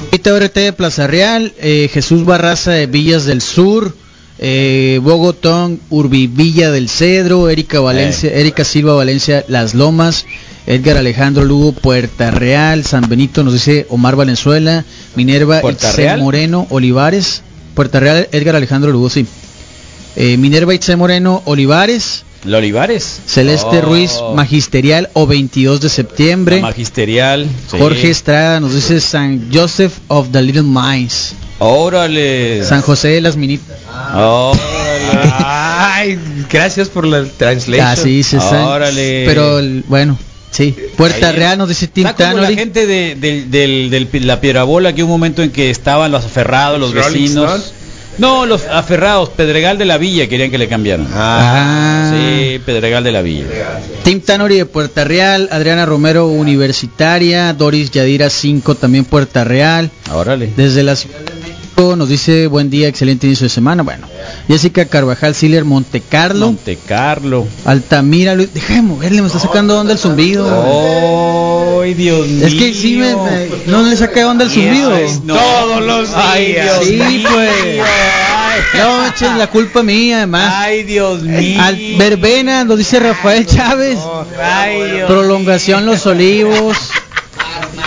Lupita RT de Plaza Real, eh, Jesús Barraza de Villas del Sur, eh, Bogotón, Urbi Villa del Cedro, Erika Valencia,
Eh.
Erika Silva Valencia, Las Lomas, Edgar Alejandro Lugo, Puerta Real, San Benito, nos dice Omar Valenzuela, Minerva
¿Puerta
Itzel
Real?
Moreno, Olivares, Puerta Real, Edgar Alejandro Lugo, sí. Eh, Minerva Itzel Moreno, Olivares,
¿La Olivares?
Celeste
Oh,
Ruiz, Magisterial, o 22 de
la
septiembre.
Magisterial. sí.
Jorge Estrada nos dice San Joseph of the Little Mines.
Órale.
San José de las Minitas. <laughs>
Órale.
Ay, gracias por la translation.
Así dice San-
Órale.
Pero el- bueno, sí. Puerta
Ahí-
Real nos dice Tim
Está como la
Tannery.
gente de, del- del- del pi- la piedra bola que hubo un momento en que estaban los aferrados, los
Rolling
vecinos.
Stone.
No, los aferrados, Pedregal de la Villa querían que le cambiaran.
Ah,
Sí, Pedregal de la Villa.
Tim Tanori de Puerta Real, Adriana Romero Universitaria, Doris Yadira 5 también Puerta Real.
Órale.
Desde la Ciudad de México nos dice buen día, excelente inicio de semana. Bueno, Jessica Carvajal Siller Monte Carlo,
Monte Carlo.
Altamira Luis, deja de moverle, me está sacando onda el zumbido.
Oh, ¡Ay, Dios mío!
Es que sí me, me- no le saca onda el zumbido.
Todos los ¡Ay,
días.
Dios
Sí,
mío!
pues.
Ay.
No, echen la culpa mía, además.
¡Ay, Dios mío!
Al- verbena, lo dice Rafael Chávez.
¡Ay, Dios
Prolongación Los Olivos.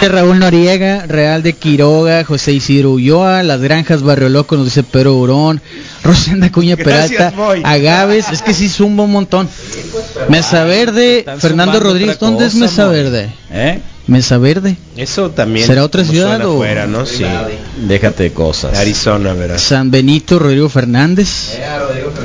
De Raúl Noriega, Real de Quiroga, José Isidro Ulloa, Las Granjas Barrio Loco, nos dice Pedro Urón, Rosenda Cuña Peralta, Agaves, es que sí zumba un montón. Mesa Verde,
Están
Fernando
sumando
Rodríguez,
otra
¿dónde es
cosa,
Mesa
mo.
Verde?
¿Eh?
Mesa Verde,
Eso también.
¿Será otra
como
ciudad
suena
o-
afuera, ¿no? Sí.
Déjate de cosas.
Arizona, ¿verdad?
San Benito, Rodrigo Fernández.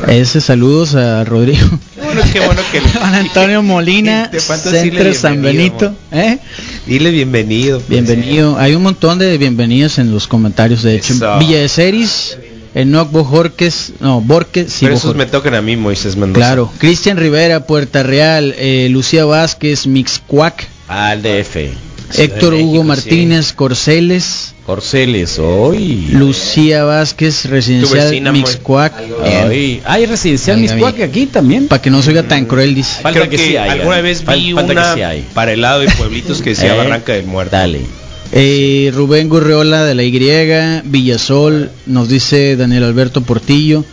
Ese saludos a Rodrigo.
Bueno, qué bueno que le-
<laughs> Juan Antonio Molina,
Te falta
Centro
decirle
San
bienvenido,
Benito. ¿eh?
Dile bienvenido. pues.
Bienvenido. Hay un montón de bienvenidos en los comentarios, de hecho.
Eso.
Villa de Ceris, Enoc Bojorques, no, Borques, sí,
Pero esos me
Bojorques.
tocan a mí, Moisés Mendoza.
Claro. Cristian Rivera, Puerta Real, eh, Lucía Vázquez, Mixcuac,
Al DF.
Héctor
de
Hugo
México,
Martínez, Corceles,
Corceles, hoy.
Lucía Vázquez, Residencial
vecina, muy-
Mixcuac.
Ay, hay residencial
Ay,
Miscuac
David.
aquí también.
Para que no se oiga tan cruel, dice.
Falta
Creo
que
que,
sí haya.
alguna vez
Fal-
vi
falta que
una
sí haya.
para el lado de pueblitos que decía
Eh,
Barranca del Muerto.
Dale.
Eh, Rubén Gurreola de la Y, Villasol, nos dice Daniel Alberto Portillo,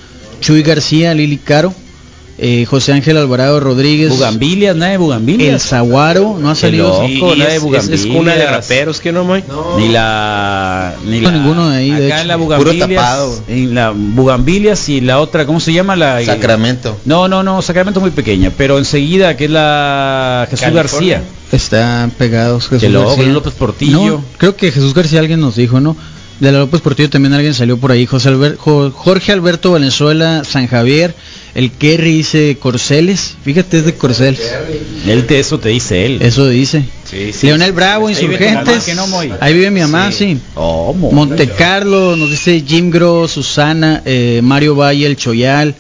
Chuy García, Lili Caro,
eh, José Ángel Alvarado Rodríguez.
Bugambilias, nada de Bugambilias.
El Zaguaro, no ha salido.
loco,
Y- y
nada de
es-
Bugambilias.
es- es cuna de
raperos que no me
Ni la. Ni
No,
la-
ninguno de ahí, de
acá
hecho.
en la
Puro
Bugambilias.
tapado.
En la Bugambilias y la otra, ¿cómo se llama? La, eh,
Sacramento.
No, no, no, Sacramento es muy pequeña. Pero enseguida, que es la Jesús
California.
García.
Están pegados Jesús
Que luego
García.
con López Portillo.
No, creo que Jesús García alguien nos dijo, ¿no? De la López Portillo también alguien salió por ahí. José Alber- Jo- Jorge Alberto Valenzuela, San Javier, el Kerry dice Corceles. Fíjate, es de Corceles.
Él te, eso te dice él.
Eso dice.
Sí,
Leonel Bravo,
Ahí vive tu mamá,
Insurgentes.
que no, Moy.
Ahí vive mi mamá, sí.
Oh, mo-
Montecarlo, nos dice Jim Gro, Susana, eh, Mario Valle, El Choyal,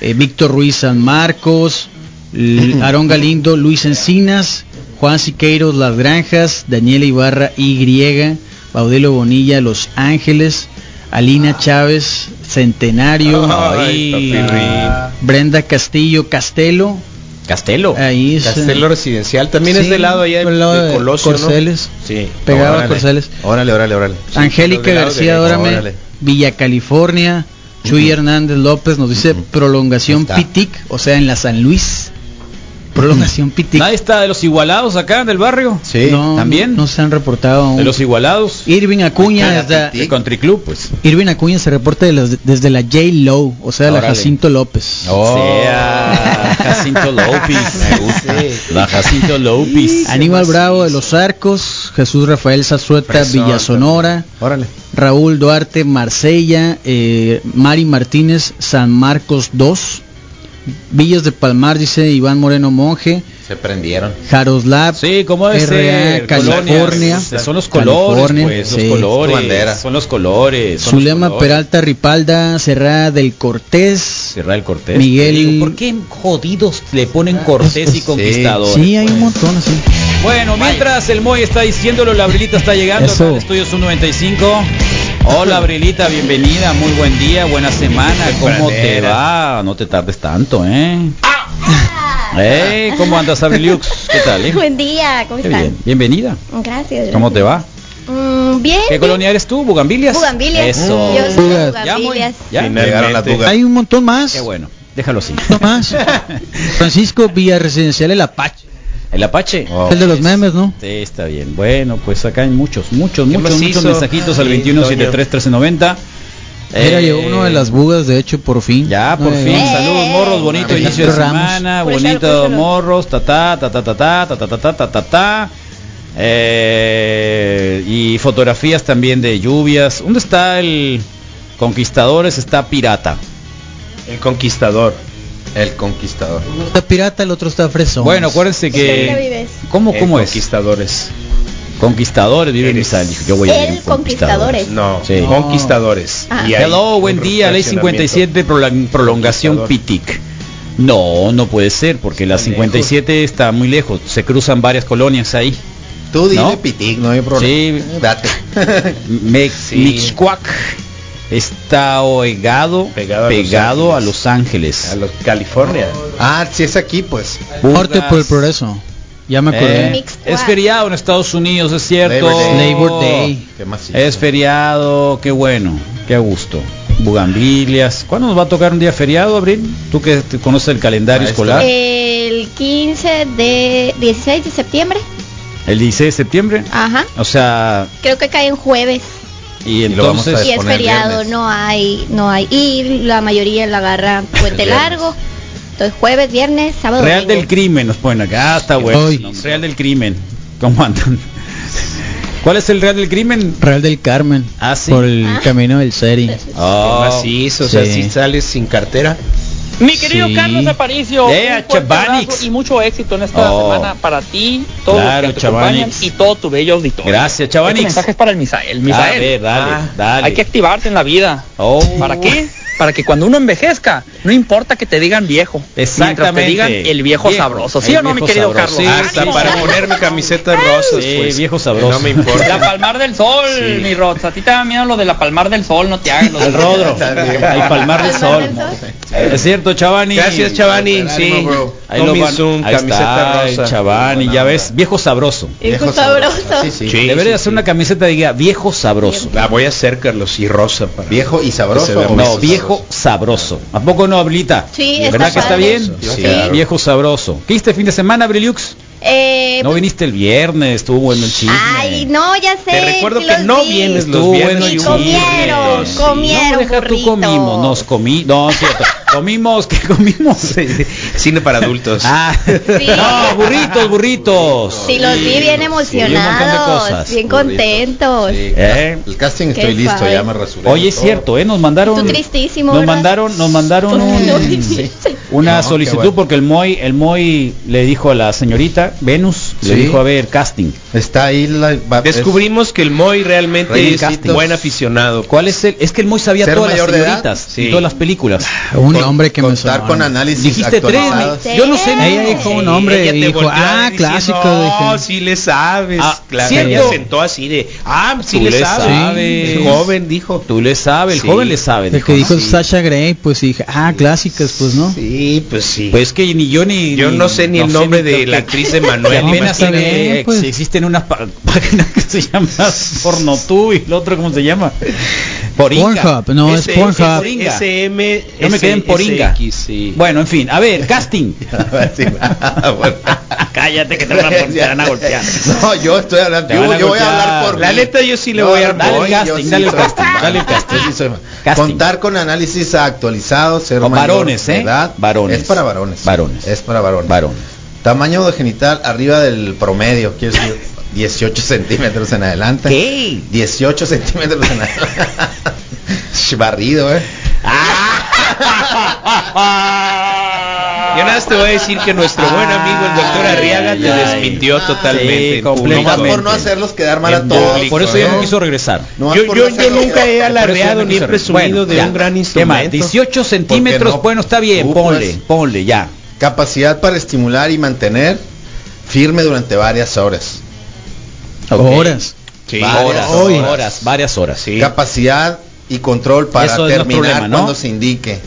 eh, Víctor Ruiz San Marcos, L- Aarón Galindo, Luis Encinas, Juan Siqueiros, Las Granjas, Daniela Ibarra, Y, Baudelo Bonilla, Los Ángeles, Alina Chávez, Centenario,
Ay, papi.
Brenda Castillo, Castelo,
Castelo.
ahí es, eh,
Castelo Residencial también es
Sí,
del lado allá de,
del lado
de
de
Colosio, ¿no?
Corceles.
Sí.
Pegado a
Órale.
Corceles.
Órale, órale, órale.
Sí, Angélica
claro,
García
de-
Dórame,
órale.
Villa California, Chuy Hernández López nos dice prolongación
Está.
Pitic, o sea, en la San Luis. Prolongación Pitic.
Nadie está de los igualados acá en el barrio.
Sí.
No,
¿También?
No se han reportado aún.
De los igualados.
Irving Acuña,
Mañana
desde,
Pitic.
El Country Club, pues.
Irving Acuña se reporta de las- desde la J. Low, o sea, de la
Órale.
Jacinto López.
Sea ah. <laughs> Jacinto López. Me gusta. La Jacinto López.
Aníbal Bravo de Los Arcos, Jesús Rafael Zazueta, Villa Sonora,
Órale.
Raúl Duarte, Marsella, eh, Mari Martínez, San Marcos 2, Villas de Palmar, dice Iván Moreno Monje,
Se prendieron.
Jaroslab,
Sí, ¿cómo eh, debe
RA,
ser?
California,
Colonias. Son los colores,
California,
pues,
sí.
los colores.
Tu bandera.
Son los colores. son los
Zulema
colores.
Peralta Ripalda, Serra del Cortés,
Serra del Cortés.
Miguel-
Te digo, ¿Por qué jodidos le ponen Cortés y Conquistador?
sí, hay un montón así.
Bueno, mientras el Moy está diciéndolo, la Abrilita está llegando
Eso.
acá al estudio Sub 95. Hola Abrilita, bienvenida, muy buen día, buena semana, ¿cómo te
Tempranera.
va? No te tardes tanto, ¿eh? ¿Eh? ¿Cómo andas Abrilux? ¿Qué tal, eh?
<laughs> Buen día, ¿cómo
Qué
están?
bien, bienvenida.
Gracias.
¿Cómo te va?
Mm, bien.
¿Qué
bien.
colonia eres tú? ¿Bugambilias?
Bugambilias.
Eso.
Yo soy de
Bugas.
¿Ya, Moy?
Bugambilias.
¿Ya?
Finalmente.
Llegaron las dugas.
Hay un montón más.
Qué bueno, déjalo así.
un montón
<laughs>
más. Francisco Villa Residencial El Apache.
¿El Apache?
el de los memes, ¿no?
Sí, está bien. Bueno, pues acá hay muchos, muchos, muchos, muchos
macizo.
mensajitos al
Ay,
2173-1390.
Era
Eh,
yo uno de las bugas, de hecho, por fin.
Ya, por
Eh,
fin.
eh,
Saludos,
eh,
morros. Bonito
eh,
inicio de
Ramos.
semana.
Púrechalo,
Bonito,
púrechalo.
morros. Ta, ta, ta, ta, ta, ta, ta, ta, ta, ta, ta, ta, ta. Eh, y fotografías también de lluvias. ¿Dónde está el Conquistadores? Está Pirata.
El Conquistador.
El conquistador.
Uno está pirata, el otro está fresón.
Bueno, acuérdense
Cerca
que...
vives.
¿Cómo,
El
cómo es?
Conquistadores.
Conquistadores, vive
Eres.
Misal. Yo voy a
El
ir Conquistadores.
Conquistadores.
No,
Sí.
Conquistadores.
Ah.
Y hay
Hello,
un
buen día, ley
fraccionamiento.
57, prola- prolongación
Conquistador.
Pitic. No, no puede ser, porque la 57 está muy lejos, se cruzan varias colonias ahí.
Tú dile
¿No?
pitic, no hay problema.
Sí.
Date.
Me- Mixcoac está oegado,
Pegado a
pegado,
Los
a Los
A
Ángeles.
los California.
ah, si es aquí, pues.
Norte por el progreso. Ya me
Eh,
acordé.
Mixcoac.
es feriado en Estados Unidos, es cierto.
Labor Day.
Labor Day.
Qué más
Es feriado, qué bueno, qué a gusto. Bugambilias. ¿Cuándo nos va a tocar un día feriado, Abril? Tú que te conoces el calendario
Maestro.
escolar.
Eh.
El 15 de 16 de septiembre.
El 16 de septiembre.
Ajá.
O sea,
Creo que cae en jueves.
y
lo vamos a
entonces
Y es
poner
feriado,
viernes.
no hay, no hay. Y la mayoría la agarra puente
viernes.
largo. Entonces jueves, viernes, sábado.
Real
domingo.
del Crimen nos ponen acá. Ah, está bueno.
Ay.
No, Real del Crimen. ¿Cómo andan? ¿Cuál es el Real del Crimen?
Real del Carmen.
Ah, sí.
Por el
Ah.
camino del Seri.
Oh.
Qué macizo, o sea,
Sí.
si sales sin cartera.
Mi querido
Sí.
Carlos Aparicio,
Yeah,
un fuerte
Chavanix.
abrazo y mucho éxito en esta
Oh.
semana para ti, todos
Claro,
los que te
Chavanix.
acompañan y todo tu bello auditorio.
Gracias,
Este
Chavanix.
mensaje es para el Misael. Misael,
A ver, dale,
Ah.
dale.
Hay que activarse en la vida.
Oh.
¿Para qué? Para que cuando uno envejezca, no importa que te digan viejo. Mientras te
Exactamente.
digan el viejo,
Viejo,
sabroso. ¿Sí
el
o no, mi
viejo
querido
sabroso.
Carlos?
Sí,
¡Ánimo!
para poner
mi camiseta de rosas,
Sí, viejo sabroso.
No me
La
importa.
Palmar del Sol, mi Rots. A ti te da miedo lo de la Palmar del Sol, no te hagas. lo de-
<laughs>
Al <laughs> Rodro. al Palmar
Palmar
del Sol.
del
Es cierto, Chavani.
Gracias, Chavani. Sí.
Ahí lo van.
Zoom,
Ahí
camiseta
está, el
rosa.
Chavani. Ya ves, viejo sabroso.
Hijo sabroso.
Sí, sí.
Sí, sí,
Debería hacer
sí.
una camiseta que diga viejo sabroso.
La voy a hacer, Carlos, y rosa para
Viejo y
Se
sabroso.
ve
o
muy
No,
menos
viejo viejo sabroso. ¿A poco no, Ablita?
Sí,
¿Verdad que está
padre.
bien?
Sí.
Viejo sabroso. ¿Qué hiciste el fin de semana, Brilux?
Eh,
No viniste el viernes, estuvo bueno el chisme.
Ay, no, ya sé.
Te recuerdo
sí
que
los
no
vi.
vienes los
Estuvo
viernes
bueno
y
y
un
comieron,
viernes.
comieron.
No, deja tú
burrito.
comimos, nos comí, no, es cierto, comimos, ¿qué comimos?
Cine para adultos.
<laughs> Ah,
Sí.
no, burritos, burritos.
Sí, los vi bien emocionados,
cosas.
bien contentos.
¿Eh?
El casting
Qué
estoy listo,
padre.
ya me rasuré.
Oye, es cierto, ¿eh? Nos mandaron...
Tú tristísimo,
Nos
¿verdad?
mandaron, nos mandaron un- <laughs> una
No, qué
solicitud
bueno.
porque el Moy, el Moy le dijo a la señorita Venus, le
Sí.
dijo a ver casting.
Está ahí la... va- es-
Descubrimos que el Moy realmente es
Reyesitos.
buen aficionado.
¿Cuál es el? Es que el Moy sabía
¿Ser
todas las
mayor de edad?
señoritas
Sí.
y todas las películas.
Ah, Un
con-
hombre que me
contar
sonó.
¿eh?
con análisis
Dijiste tres,
actualizados.
me- yo no sé.
Ella
no.
dijo un
Sí,
hombre
ella te
y dijo,
volteó a
ah,
ver y dice,
clásico.
No,
dije.
sí le sabes.
Ah,
claro.
¿cierto?
Ella sentó así de, ah, sí
Tú
le,
le
sabes.
sabes.
Sí, joven dijo.
Tú le sabes, el
Sí.
joven le sabe.
El que
dijo,
dijo
¿no?
Sasha Grey, pues dije, ah, clásicas, pues no.
Sí, pues sí.
Pues que ni yo ni
yo no sé ni el nombre
ni-
de la actriz
<laughs>
de
que
Manuel.
apenas
está
sabe
bien,
que
pues.
existen unas pa- páginas que se
<laughs>
llaman porno tú y el otro cómo se llama Poringa.
Pornhub, no, es
Ese-
Pornhub.
ese- SM,
Yo me quedé en Poringa.
SX, sí.
Bueno, en fin, a ver,
<laughs>
casting.
Sí, bueno.
Cállate que
<laughs>
te van a, te van a golpear.
No, yo estoy hablando.
Te van a
Yo, yo voy a
golpear.
hablar por
La
mí.
neta yo sí le
No,
voy a
no,
Dale
Voy,
el
yo
casting,
sí
dale el
soy
casting,
mal.
dale el casting.
Yo sí
<laughs>
soy mal.
Casting.
Contar con análisis actualizados, ser
O
mayor
varones,
de
¿eh?
edad.
Varones.
Es para varones.
Varones.
Es para varones.
Varón.
Tamaño de genital arriba del promedio, quiero
<laughs>
decir 18 centímetros en adelante.
¿Qué?
18 centímetros en adelante.
<laughs>
Sh, Barrido, ¿eh?
Ah.
Yo nada más te voy a decir que nuestro buen amigo el doctor Arriaga te
Ay,
desmintió
ay.
totalmente.
Sí,
en público.
Nomás por
Completamente.
no hacerlos quedar mal a
En
todos.
público,
Por eso ya no
¿eh?
quiso regresar.
Nomás
yo
por
yo,
no
yo
hacerlos
nunca
quedar-
he
Por
alardeado
eso
ni he
ya no quiso
presumido
regresar.
de
Bueno,
un
ya.
gran
¿Qué más?
instrumento.
18 centímetros,
no?
bueno, está bien,
Uh,
ponle,
pues.
ponle, ya.
Capacidad para estimular y mantener firme durante varias horas.
Horas.
Sí.
Varias
Hoy.
horas, varias horas.
Sí.
Capacidad y control para
Eso es nuestro
terminar
problema, ¿no?
cuando se indique.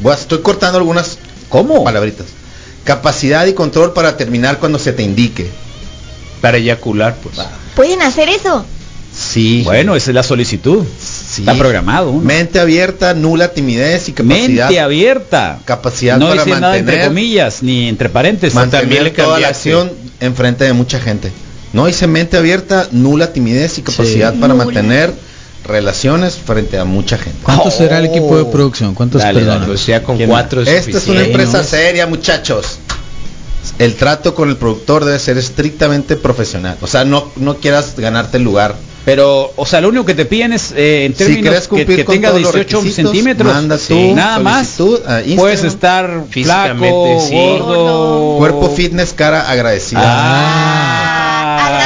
Bueno, estoy cortando algunas
¿Cómo?
palabritas. Capacidad y control para terminar cuando se te indique.
Para eyacular, pues.
¿Pueden hacer eso?
Sí.
Bueno, esa es la solicitud.
Sí.
Está programado. uno.
Mente abierta, nula timidez y capacidad.
Mente abierta.
Capacidad
no
para
decir nada entre
mantener-
comillas ni entre paréntesis.
mantener
también le
toda la
cambiaste.
acción enfrente de mucha gente. No dice mente abierta, nula timidez y capacidad para
Nula.
mantener relaciones frente a mucha gente.
¿Cuánto será el equipo de
Oh.
producción? ¿Cuántos
Dale, pues,
personas?
dale.
O sea, con
¿Quién
cuatro es
Esta es una
suficiente.
empresa seria, muchachos. El trato con el productor debe ser estrictamente profesional. O sea, no, no quieras ganarte el lugar.
Pero, o sea, lo único que te piden es, eh, en
Si
términos
quieres
que,
cumplir
que
con
tenga
todos los
18
requisitos,
centímetros,
manda tu
Sí. nada más,
solicitud a Instagram.
puedes estar
Físicamente,
flaco,
sí.
gordo,
Cuerpo fitness, cara agradecida.
Ah,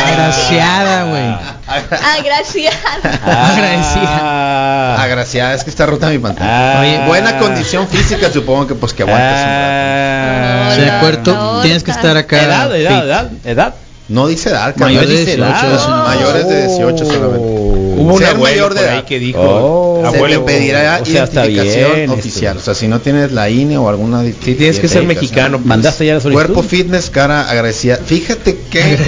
Agraciada, güey.
Ah,
<laughs>
gracias.
Ah. Agradecida.
Agraciada, es que está rota mi pantalla.
Ah.
Oye, buena condición física, supongo que pues que aguantes un rato.
Ah.
O sea,
Hola,
cuarto,
hola.
tienes que estar acá.
Edad, edad,
fit.
edad, edad. Oh.
No dice edad, cabrón.
Mayor de
Dice
18.
edad.
Ah.
Mayores de 18 solamente.
Hubo un
Ser
abuelo
mayor de
por
edad.
ahí que dijo,
Oh.
Se le
abuelo,
pedirá
o sea, está
identificación
bien,
oficial.
este.
O sea, si no tienes la INE o alguna.
sí tienes que ser mexicano. pues.
Mandaste ya la solicitud.
Cuerpo fitness, cara agradecida. Fíjate que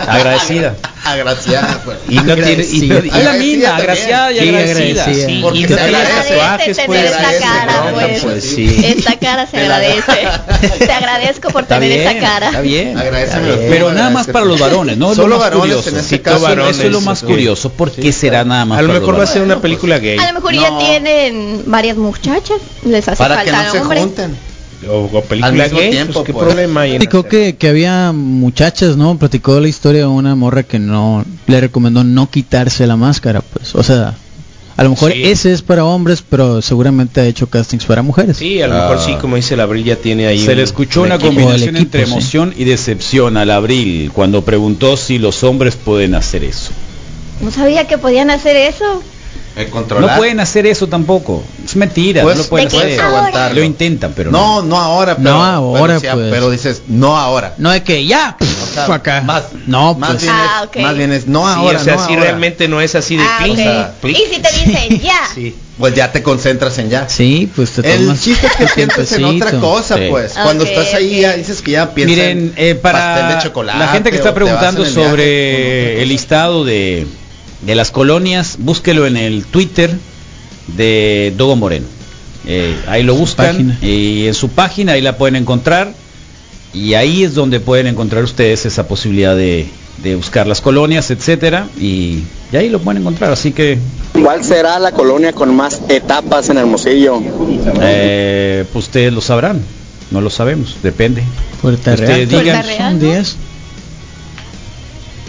Agradecida.
Agradecida.
agraciada. pues.
Y no tiene y no- y-
Es la
Agradecida
misma,
también.
agraciada y
Sí,
agradecida.
agradecida.
Sí.
Porque
y
se
no tiene
agradece
Ah,
tatuajes,
tener
pues.
esta
agradece,
cara,
¿no?
pues.
Pues
sí.
Esta cara se agradece. Te agradezco por
Está
tener
bien,
esta cara.
está bien.
Agradeceme
Está
los
bien.
puedo
Pero nada más
agradecer.
para los varones, ¿no? Es lo
Solo
más
varones
curioso.
en este
Sí,
caso,
varones,
no
Eso es lo más
sí.
curioso. ¿Por qué será nada más
A lo
para los
mejor va a
varones?
ser una película gay.
A lo mejor ya tienen varias muchachas. Les hace
Para que
falta
no se
hombre.
junten.
O, o
Al
película
mismo
gay.
tiempo,
pues, ¿Qué
pues.
problema hay? en
Platicó
hacer?
que, que había muchachas, ¿no? Platicó la historia de una morra que no le recomendó no quitarse la máscara, pues. O sea, a lo mejor
Sí.
ese es para hombres, pero seguramente ha hecho castings para mujeres.
Sí, a
Ah.
lo mejor sí, como dice la brilla tiene ahí.
Se
un-
le escuchó una
equipo.
combinación
El equipo,
entre
sí.
emoción y decepción al abril cuando preguntó si los hombres pueden hacer eso.
No sabía que podían hacer eso.
El
No
controlar.
pueden hacer eso tampoco. Es mentira,
Pues,
no lo pueden
eh,
¿de qué
hacer.
ahora?
aguantarlo.
Lo intentan, pero
No, no ahora. Pero,
No ahora,
pero, sí,
pues.
pero dices, no ahora.
No es que ya,
sea,
pf, acá.
más-
no,
más,
pues.
bien es,
Ah, ok.
más bien es, no
Sí,
ahora.
o sea,
no
si
ahora.
realmente no es así de
Ah,
clic,
ok.
ah, clic.
Y si te dicen ya.
Sí.
Pues ya te concentras en ya.
Sí, pues te
El
tomas
chiste es que
tu
piensas en
tiempecito.
otra cosa,
Sí.
pues. Cuando
Ok,
estás ahí,
ok.
ya dices que ya piensas
Miren, eh, para
pastel de chocolate.
la gente que
o
está
te vas
preguntando
en el viaje
sobre
con otra
el
cosa.
listado de, de las colonias, búsquelo en el Twitter de Dogo Moreno. Eh, ahí lo buscan y en su página ahí la pueden encontrar y ahí es donde pueden encontrar ustedes esa posibilidad de, de buscar las colonias, etcétera y, y ahí lo pueden encontrar. Así que
¿Cuál será la colonia con más etapas en Hermosillo?
eh, pues ustedes lo sabrán, no lo sabemos, depende.
Puerta
Ustedes
Real.
digan.
Son 10.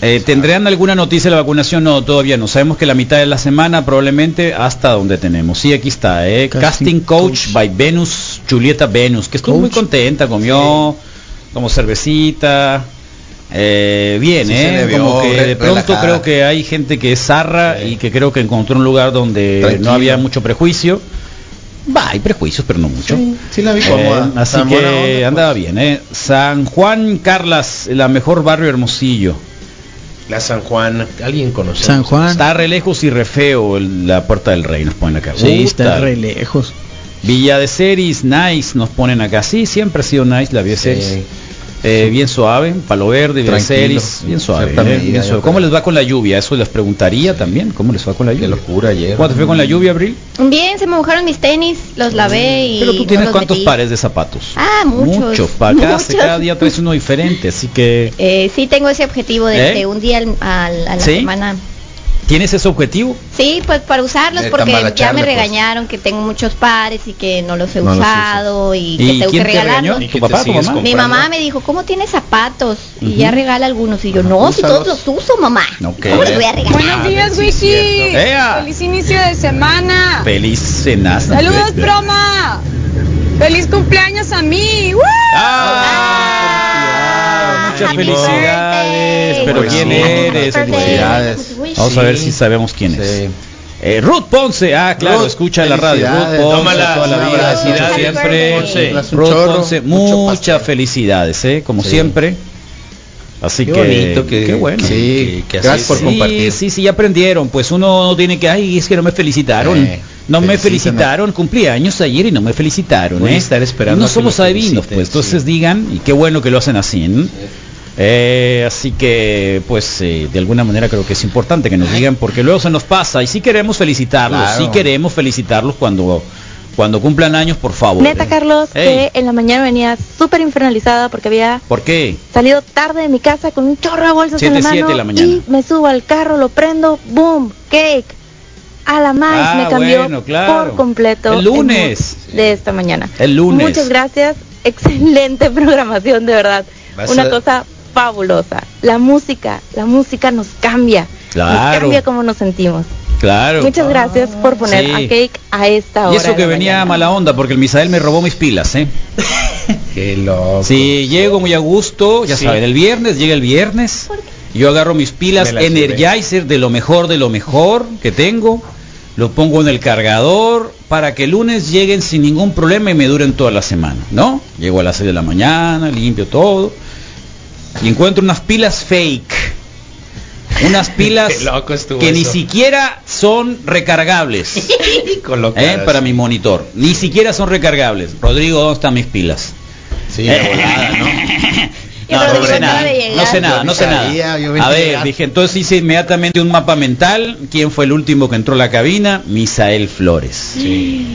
Eh, ¿Tendrán alguna noticia de la vacunación? No, todavía no. Sabemos que la mitad de la semana probablemente hasta donde tenemos. Sí, aquí está. eh, Casting, Coach, by Venus, Julieta Venus, que estuvo muy contenta, comió como cervecita. Eh, bien,
Sí, se
¿eh?
le
como
vio
que de
re-
pronto
relajada.
creo que hay gente que es zarra y que creo que encontró un lugar donde
Tranquilo.
no había mucho prejuicio. Va, hay prejuicios, pero no mucho.
Sí, la vi
Eh,
cómoda.
así
Tan
que
buena onda, pues.
andaba bien, ¿eh? San Juan Carlas, la mejor barrio Hermosillo.
La San Juan, alguien conoce.
San Juan.
Está re lejos y re feo el- la puerta del rey, nos ponen acá.
Sí, está
Puta.
re lejos.
Villa de Ceris, nice, nos ponen acá. Sí, siempre ha sido nice la Villa de Ceris. Eh, Bien suave, Palo Verde, Villa de
Tranquilo.
Ceris, bien suave.
Cierta
eh,
medida,
bien
yo
suave.
creo.
¿Cómo les va con la lluvia? Eso les preguntaría también. ¿Cómo les va con la
Qué
lluvia?
locura ayer.
¿Cómo te fue con la lluvia, Abril?
Bien, se me mojaron mis tenis, los lavé y.
Mm, Pero tú
no
tienes
los
cuántos
metí.
pares de zapatos.
Ah, muchos.
Muchos. Para
<laughs>
cada,
muchos.
cada día traes uno diferente, así que...
Eh, sí, tengo ese objetivo de,
¿Eh?
de un día al- al- a la
¿Sí?
semana.
¿Tienes ese objetivo?
Sí, pues para usarlos,
De
porque ya
tambalacharle,
me
pues.
regañaron que tengo muchos pares y que no los he
No los
usado y que tengo que
quién te regañó?
regalarlos.
¿Tu papá, tu
sigues
mamá?
Mi
comprando?
mamá me dijo, ¿cómo tienes zapatos? Y
Ujú.
ya regala algunos. Y yo, no, si todos los uso, mamá.
Ok.
¿Cómo los voy a regalar?
Buenos días, Wiki.
Ea.
Feliz inicio de semana.
Feliz cenaza.
Saludos, broma. Feliz cumpleaños a mí. ¡Woo!
¡Ah! Muchas
Happy
felicidades.
birthday.
Pero
Pues
quién
sí.
eres,
Happy birthday.
Felicidades.
Wish.
Vamos a ver si sabemos quién es. Eh, Ruth Ponce, ah, claro,
Ruth,
escucha la radio. Ruth
felicidades.
Ponce,
Tómala,
toda la
un
vida,
abrazo,
siempre,
happy
siempre.
birthday.
Ponce,
Sí.
Ruth
Un chorro,
Ponce,
mucho
muchas
pastel.
felicidades, eh, como
Sí.
siempre. Así
Qué
que,
bonito que-
qué bueno.
sí, que así Gracias por
sí,
compartir.
Sí, sí, ya aprendieron. Pues uno no tiene que, ay, es que no me felicitaron.
Eh,
no me
felicítanos.
felicitaron, cumplí años ayer y no me felicitaron.
Voy a
eh.
estar esperando
No
a que
somos
me
adivinos,
feliciten,
pues. Entonces digan, y qué bueno que lo hacen así. ¿no? Eh, así que, pues, eh, de alguna manera creo que es importante que nos digan, porque luego se nos pasa. Y si queremos felicitarlos,
Claro.
si queremos felicitarlos cuando, cuando cumplan años, por favor. ¿eh?
Neta, Carlos,
Ey,
que en la mañana venía súper infernalizada porque había
¿Por qué?
salido tarde de mi casa con un chorro de bolsas en la
Siete,
mano.
siete de la mañana.
Y me subo al carro, lo prendo, boom, cake. A la más
Ah,
me cambió
bueno, claro.
por completo.
El lunes.
mood de esta mañana.
El lunes.
Muchas gracias. <laughs> Excelente programación, de verdad.
Vas
Una
a-
cosa fabulosa. La música, la música nos cambia. Nos
Claro.
cambia cómo nos sentimos.
Claro.
Muchas gracias por poner
Sí.
a cake a esta hora.
Y eso
de
que
la
venía
mañana.
mala onda, porque el Misael me robó mis pilas, ¿eh?
Qué loco.
Sí, llego muy a gusto, ya
Sí.
saben, el viernes, llega el viernes, yo agarro mis pilas
Me las llevé.
Energizer de lo mejor de lo mejor que tengo, lo pongo en el cargador para que el lunes lleguen sin ningún problema y me duren toda la semana, ¿no? Llego a las 6 de la mañana, limpio todo y encuentro unas pilas fake.
<laughs>
Unas pilas
Qué loco estuvo
que ni
eso.
siquiera son
<laughs>
recargables. ¿eh?
Colocadas.
Para mi monitor. Ni siquiera son recargables. Rodrigo, ¿dónde están mis pilas?
Sí, de volada,
eh,
¿no?
Y
No, no
Rodrigo
sé
acaba
nada,
de llegar.
no sé nada, no sé
Yo sabía, yo venía
nada. A ver,
llegar.
dije, entonces hice inmediatamente un mapa mental. ¿Quién fue el último que entró a la cabina? Misael Flores.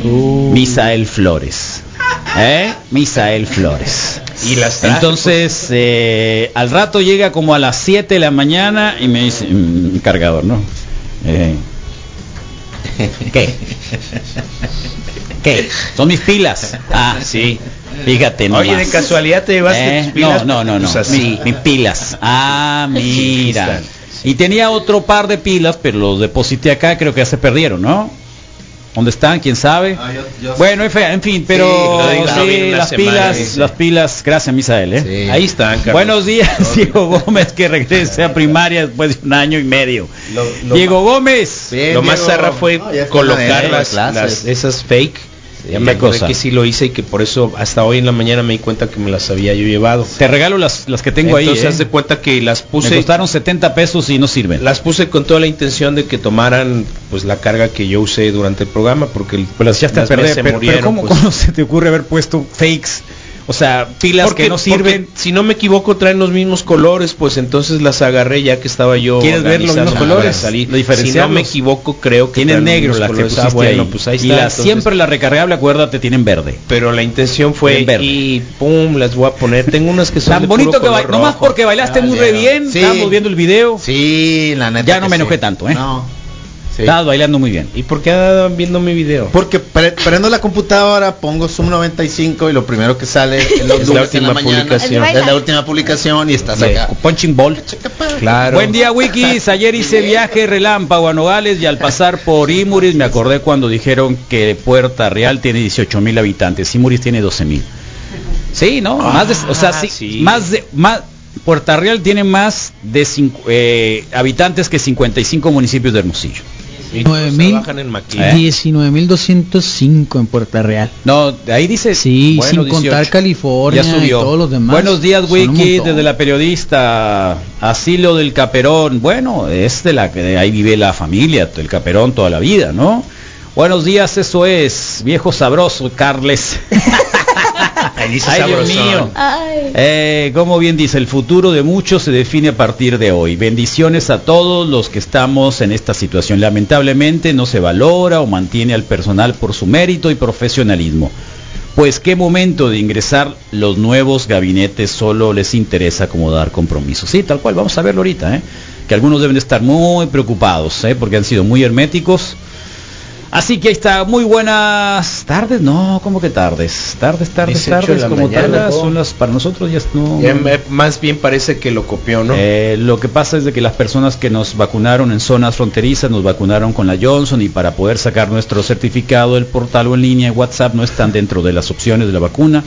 Misael Flores. ¿Eh? Misael Flores.
Y las traje,
Entonces, eh, al rato llega como a las 7 de la mañana y me dice, mm, cargador, ¿no? Eh, ¿Qué? ¿Qué? Son mis pilas. Ah, sí. Fíjate, no.
Oye, de casualidad te llevaste tus pilas,
Eh, No, no, no, no.
pues, así.
Mi- mis pilas. Ah, mira.
están.
Y tenía otro par de pilas, pero los deposité acá, creo que ya se perdieron, ¿no? ¿Dónde están? ¿Quién sabe?
Ah, yo- yo-
bueno, en fin, en fin, pero
lo digo,
sí,
lo vi en la
las
semana,
pilas,
dice.
las pilas, gracias Misael, ¿eh?
Sí.
Ahí están, Carlos.
Buenos días, Diego Gómez, que regrese a primaria después de un año y medio.
Lo- lo
Diego Gómez.
Bien,
lo más
Diego.
zarra fue
No, ya está en
colocar
la
las,
clase.
las- esas fake. ya me
¿Qué
acordé
cosa?
que sí lo hice y que por eso hasta hoy en la mañana me di cuenta que me las había yo llevado.
Te regalo las, las que tengo
Entonces haz
ahí.
de
¿eh?
cuenta que las
Me
puse
costaron 70 pesos y no sirven.
las puse con toda la intención de que tomaran pues la carga que yo usé durante el programa porque el-
Pues las echaste a
mías
perder,
se
pero, pero
murieron,
¿cómo,
pues.
cómo se te ocurre haber puesto fakes
O sea, pilas
que no sirven.
Si no me equivoco, traen los mismos colores, pues entonces las agarré ya que estaba yo.
¿Quieres ver los
organizando
mismos
para
colores?
salir.
Lo
si no
diferenciamos.
me equivoco, creo que traen
Tienen
los
negro
mismos
la que
colores. Ah,
pusiste
bueno,
ahí.
pues ahí
y
está,
la-
entonces-
siempre la recargable, acuérdate, tienen verde.
Pero la intención fue
Tienen verde.
y pum, las voy a poner. Tengo unas que son
Tan
de
bonito
puro
que
color
bailaste, nomás
rojo.
porque bailaste
Ah,
muy
ya.
re bien,
Sí.
estábamos viendo el video.
Sí, la neta.
Ya no
que
me enojé
sí.
tanto, ¿eh?
No. Sí.
Estabas bailando muy bien.
¿Y por qué andaban viendo mi video?
Porque pre- prendo la computadora, pongo Zoom 95 y lo primero
<laughs>
que sale es
Es
los
la
lunes en la
última
mañana.
publicación.
Es la última publicación y estás acá.
Punching ball.
Claro.
Buen día, Wikis. Ayer hice viaje relámpago a Nogales y al pasar por Imuris me acordé cuando dijeron que Puerta Real tiene 18 mil habitantes. Imuris tiene 12 mil. Sí, ¿no? más de, o sea, sí,
Ah, sí.
Más de, más, Puerta Real tiene más de cincu- eh, habitantes que 55 municipios de Hermosillo.
Y
Nueve
se
mil.
bajan en maquila.
¿Eh?
19.205 en Puerta Real.
No, de ahí dice.
Sí,
bueno,
sin contar
18.
California
Ya
y
subió.
todos los demás.
Buenos días,
Son un
Wiki,
montón.
desde la periodista. Asilo del Caperón. Bueno, es de la que de ahí vive la familia, el Caperón toda la vida, ¿no? Buenos días, eso es, viejo sabroso, Carles. Ay, Dios mío.
Ay.
Eh, como bien dice, el futuro de muchos se define a partir de hoy. Bendiciones a todos los que estamos en esta situación. Lamentablemente no se valora o mantiene al personal por su mérito y profesionalismo. Pues qué momento de ingresar los nuevos gabinetes solo les interesa acomodar compromisos. Sí, tal cual, vamos a verlo ahorita, ¿eh? que algunos deben estar muy preocupados, ¿eh? porque han sido muy herméticos. Así que ahí está, muy buenas tardes, no, como que tardes? Tardes, tardes,
18 de
tardes,
la
como
mañana,
tardas,
¿no?
son las para nosotros ya no.
Ya me- Em, eh, más bien parece que lo copió, ¿no?
Eh, lo que pasa es de que las personas que nos vacunaron en zonas fronterizas nos vacunaron con la Johnson y para poder sacar nuestro certificado del portal o en línea de WhatsApp no están dentro de las opciones de la vacuna.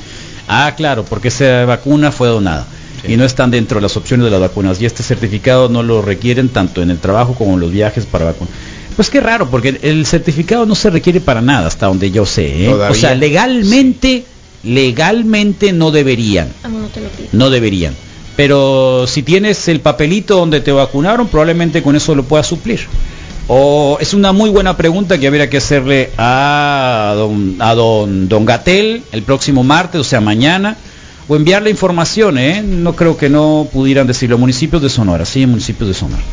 Ah, claro, porque esa vacuna fue donada y no están dentro de las opciones de las vacunas y este certificado no lo requieren tanto en el trabajo como en los viajes para vacunar. Pues qué raro, porque el certificado no se requiere para nada hasta donde yo sé. ¿eh? O
Todavía.
sea, legalmente, legalmente no deberían.
Ah, no te lo pido.
No deberían. Pero si tienes el papelito donde te vacunaron, probablemente con eso lo puedas suplir. O es una muy buena pregunta que habría que hacerle a don, a don, don Gatel el próximo martes, o sea, mañana, o enviarle información, ¿eh? No creo que no pudieran decirlo. Municipios de Sonora, sí, municipios de Sonora.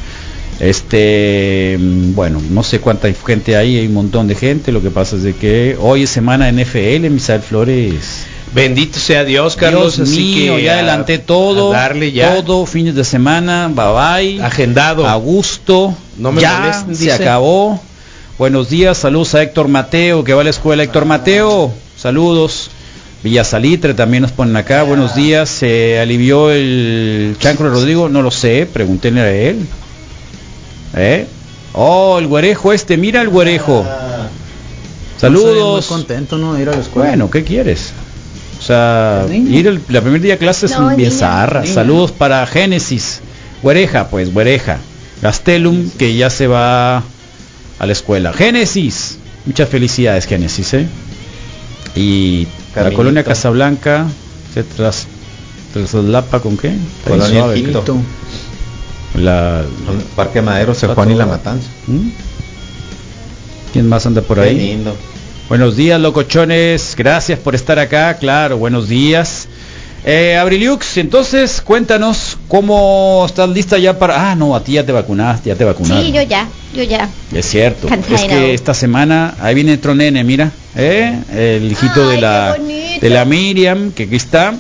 Este, mm, bueno, no sé cuánta gente hay, hay un montón de gente. Lo que pasa es de que hoy es semana NFL, Misael Flores.
Bendito sea Dios, Carlos.
Dios mío, ya
a-
adelanté todo,
a darle ya.
todo fines de semana, bye bye,
Agendado.
a gusto,
No me
ya
molesten,
se
dice.
acabó. Buenos días, saludos a Héctor Mateo, que va a la escuela
Ah.
Héctor Mateo, saludos. Villasalitre también nos ponen acá,
Ah.
buenos días, ¿se alivió el chancro de Rodrigo? No lo sé, pregúntenle a él. ¿Eh? Oh, el güerejo este, mira el güerejo. Saludos.
Estoy Ah. muy contento, ¿no? De ir a la escuela.
Pues, Bueno, ¿qué quieres? O sea,
El niño.
ir el, la primer día de clase es
No,
un bien
niña.
zaharra.
Niña.
Saludos para Génesis. Güereja, pues, Güereja. Gastelum, que ya se va a la escuela. Génesis. Muchas felicidades, Génesis, ¿eh? Y la
Caminito.
colonia Casablanca se tras, traslapa con qué?
Colonia
Suave,
Quito.
¿qué? La,
Parque Madero, San Juan y La Matanza.
¿Mm? ¿Quién más anda por
Qué
ahí?
lindo.
Buenos días, locochones. Gracias por estar acá. Claro, buenos días. Eh, Abrilux, entonces cuéntanos cómo estás lista ya para... Ah, no, a ti ya te vacunaste, ya te vacunaste.
Sí, yo ya, yo ya.
Es cierto.
Cantairo.
Es que esta semana, ahí viene otro nene, mira. ¿eh? El hijito
Ay,
de, la,
qué bonito.
de la Miriam, que
<laughs>
aquí está.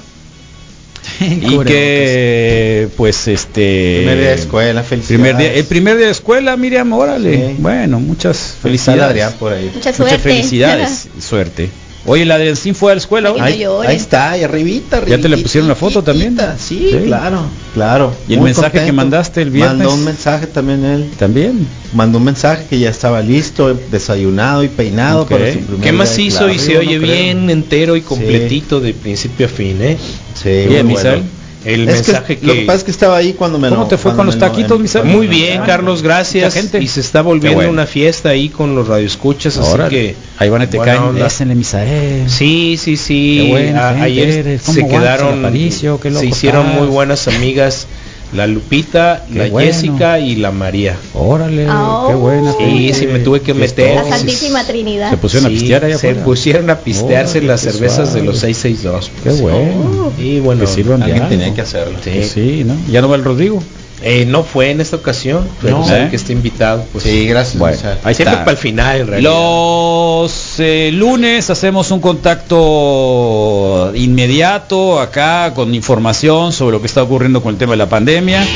y que, pues, este...
Primer día de escuela, felicidades.
Primer día, el primer día de escuela, Miriam, órale.
Sí.
Bueno, muchas
Felicidades.
felicidades.
Adrián por ahí.
Mucha suerte.
Muchas felicidades, suerte. Oye, el Adriancín fue a la escuela hoy.
<laughs> Ay,
Ahí,
llores.
ahí está, ahí arribita,
¿Ya te le
arribitita,
pusieron la foto también?
Sí,
Sí.
claro, claro.
¿Y el
Muy
mensaje que mandaste el viernes?
Mandó un mensaje también él.
También.
Mandó un mensaje que ya estaba listo, desayunado y peinado
Ok.
para Ah, su primer
¿Qué más
día de
hizo? Y
clase?
se
Yo
oye
no creo.
bien entero y completito de principio a fin, ¿eh?
Sí, muy
Bien,
bueno.
Misael.
El
Es que
mensaje que...
Lo que pasa es que estaba ahí cuando me
¿Cómo
lo-
te fue
cuando
con los
me lo-
taquitos, Misael?
Muy bien, Carlos, gracias.
Mucha gente.
Y se está volviendo
Qué bueno.
una fiesta ahí con los radioescuchas, así
Ahora
que...
ahí van a te
buena
caen. ¿eh?
onda.
Es en el Misael.
Sí, sí, sí.
Qué buena
A-
gente
ayer
eres, ¿cómo
se
aguantas,
quedaron,
Aparicio? Qué loco
se hicieron
estás.
muy buenas amigas
La Lupita,
Qué
la
bueno.
Jessica y la María.
Órale,
Ah,
qué
oh.
buena.
Sí, sí, me tuve que meter.
La Santísima Trinidad.
Se pusieron a
Sí,
pistear allá
Se
afuera.
pusieron a pistearse
Órale,
las
qué
cervezas
suave.
de los 662.
Qué bueno.
Y pues, bueno,
Que sirvan de algo.
hacerlo. Sí.
Pues sí, ¿no? Ya no va el Rodrigo.
Eh, no fue en esta ocasión, pero
No.
sabe
¿Eh?
que está invitado. Pues,
Sí, gracias.
Bueno,
o sea,
ahí
siempre
está.
para el final, en realidad.
Los eh, lunes hacemos un contacto inmediato acá con información sobre lo que está ocurriendo con el tema de la pandemia.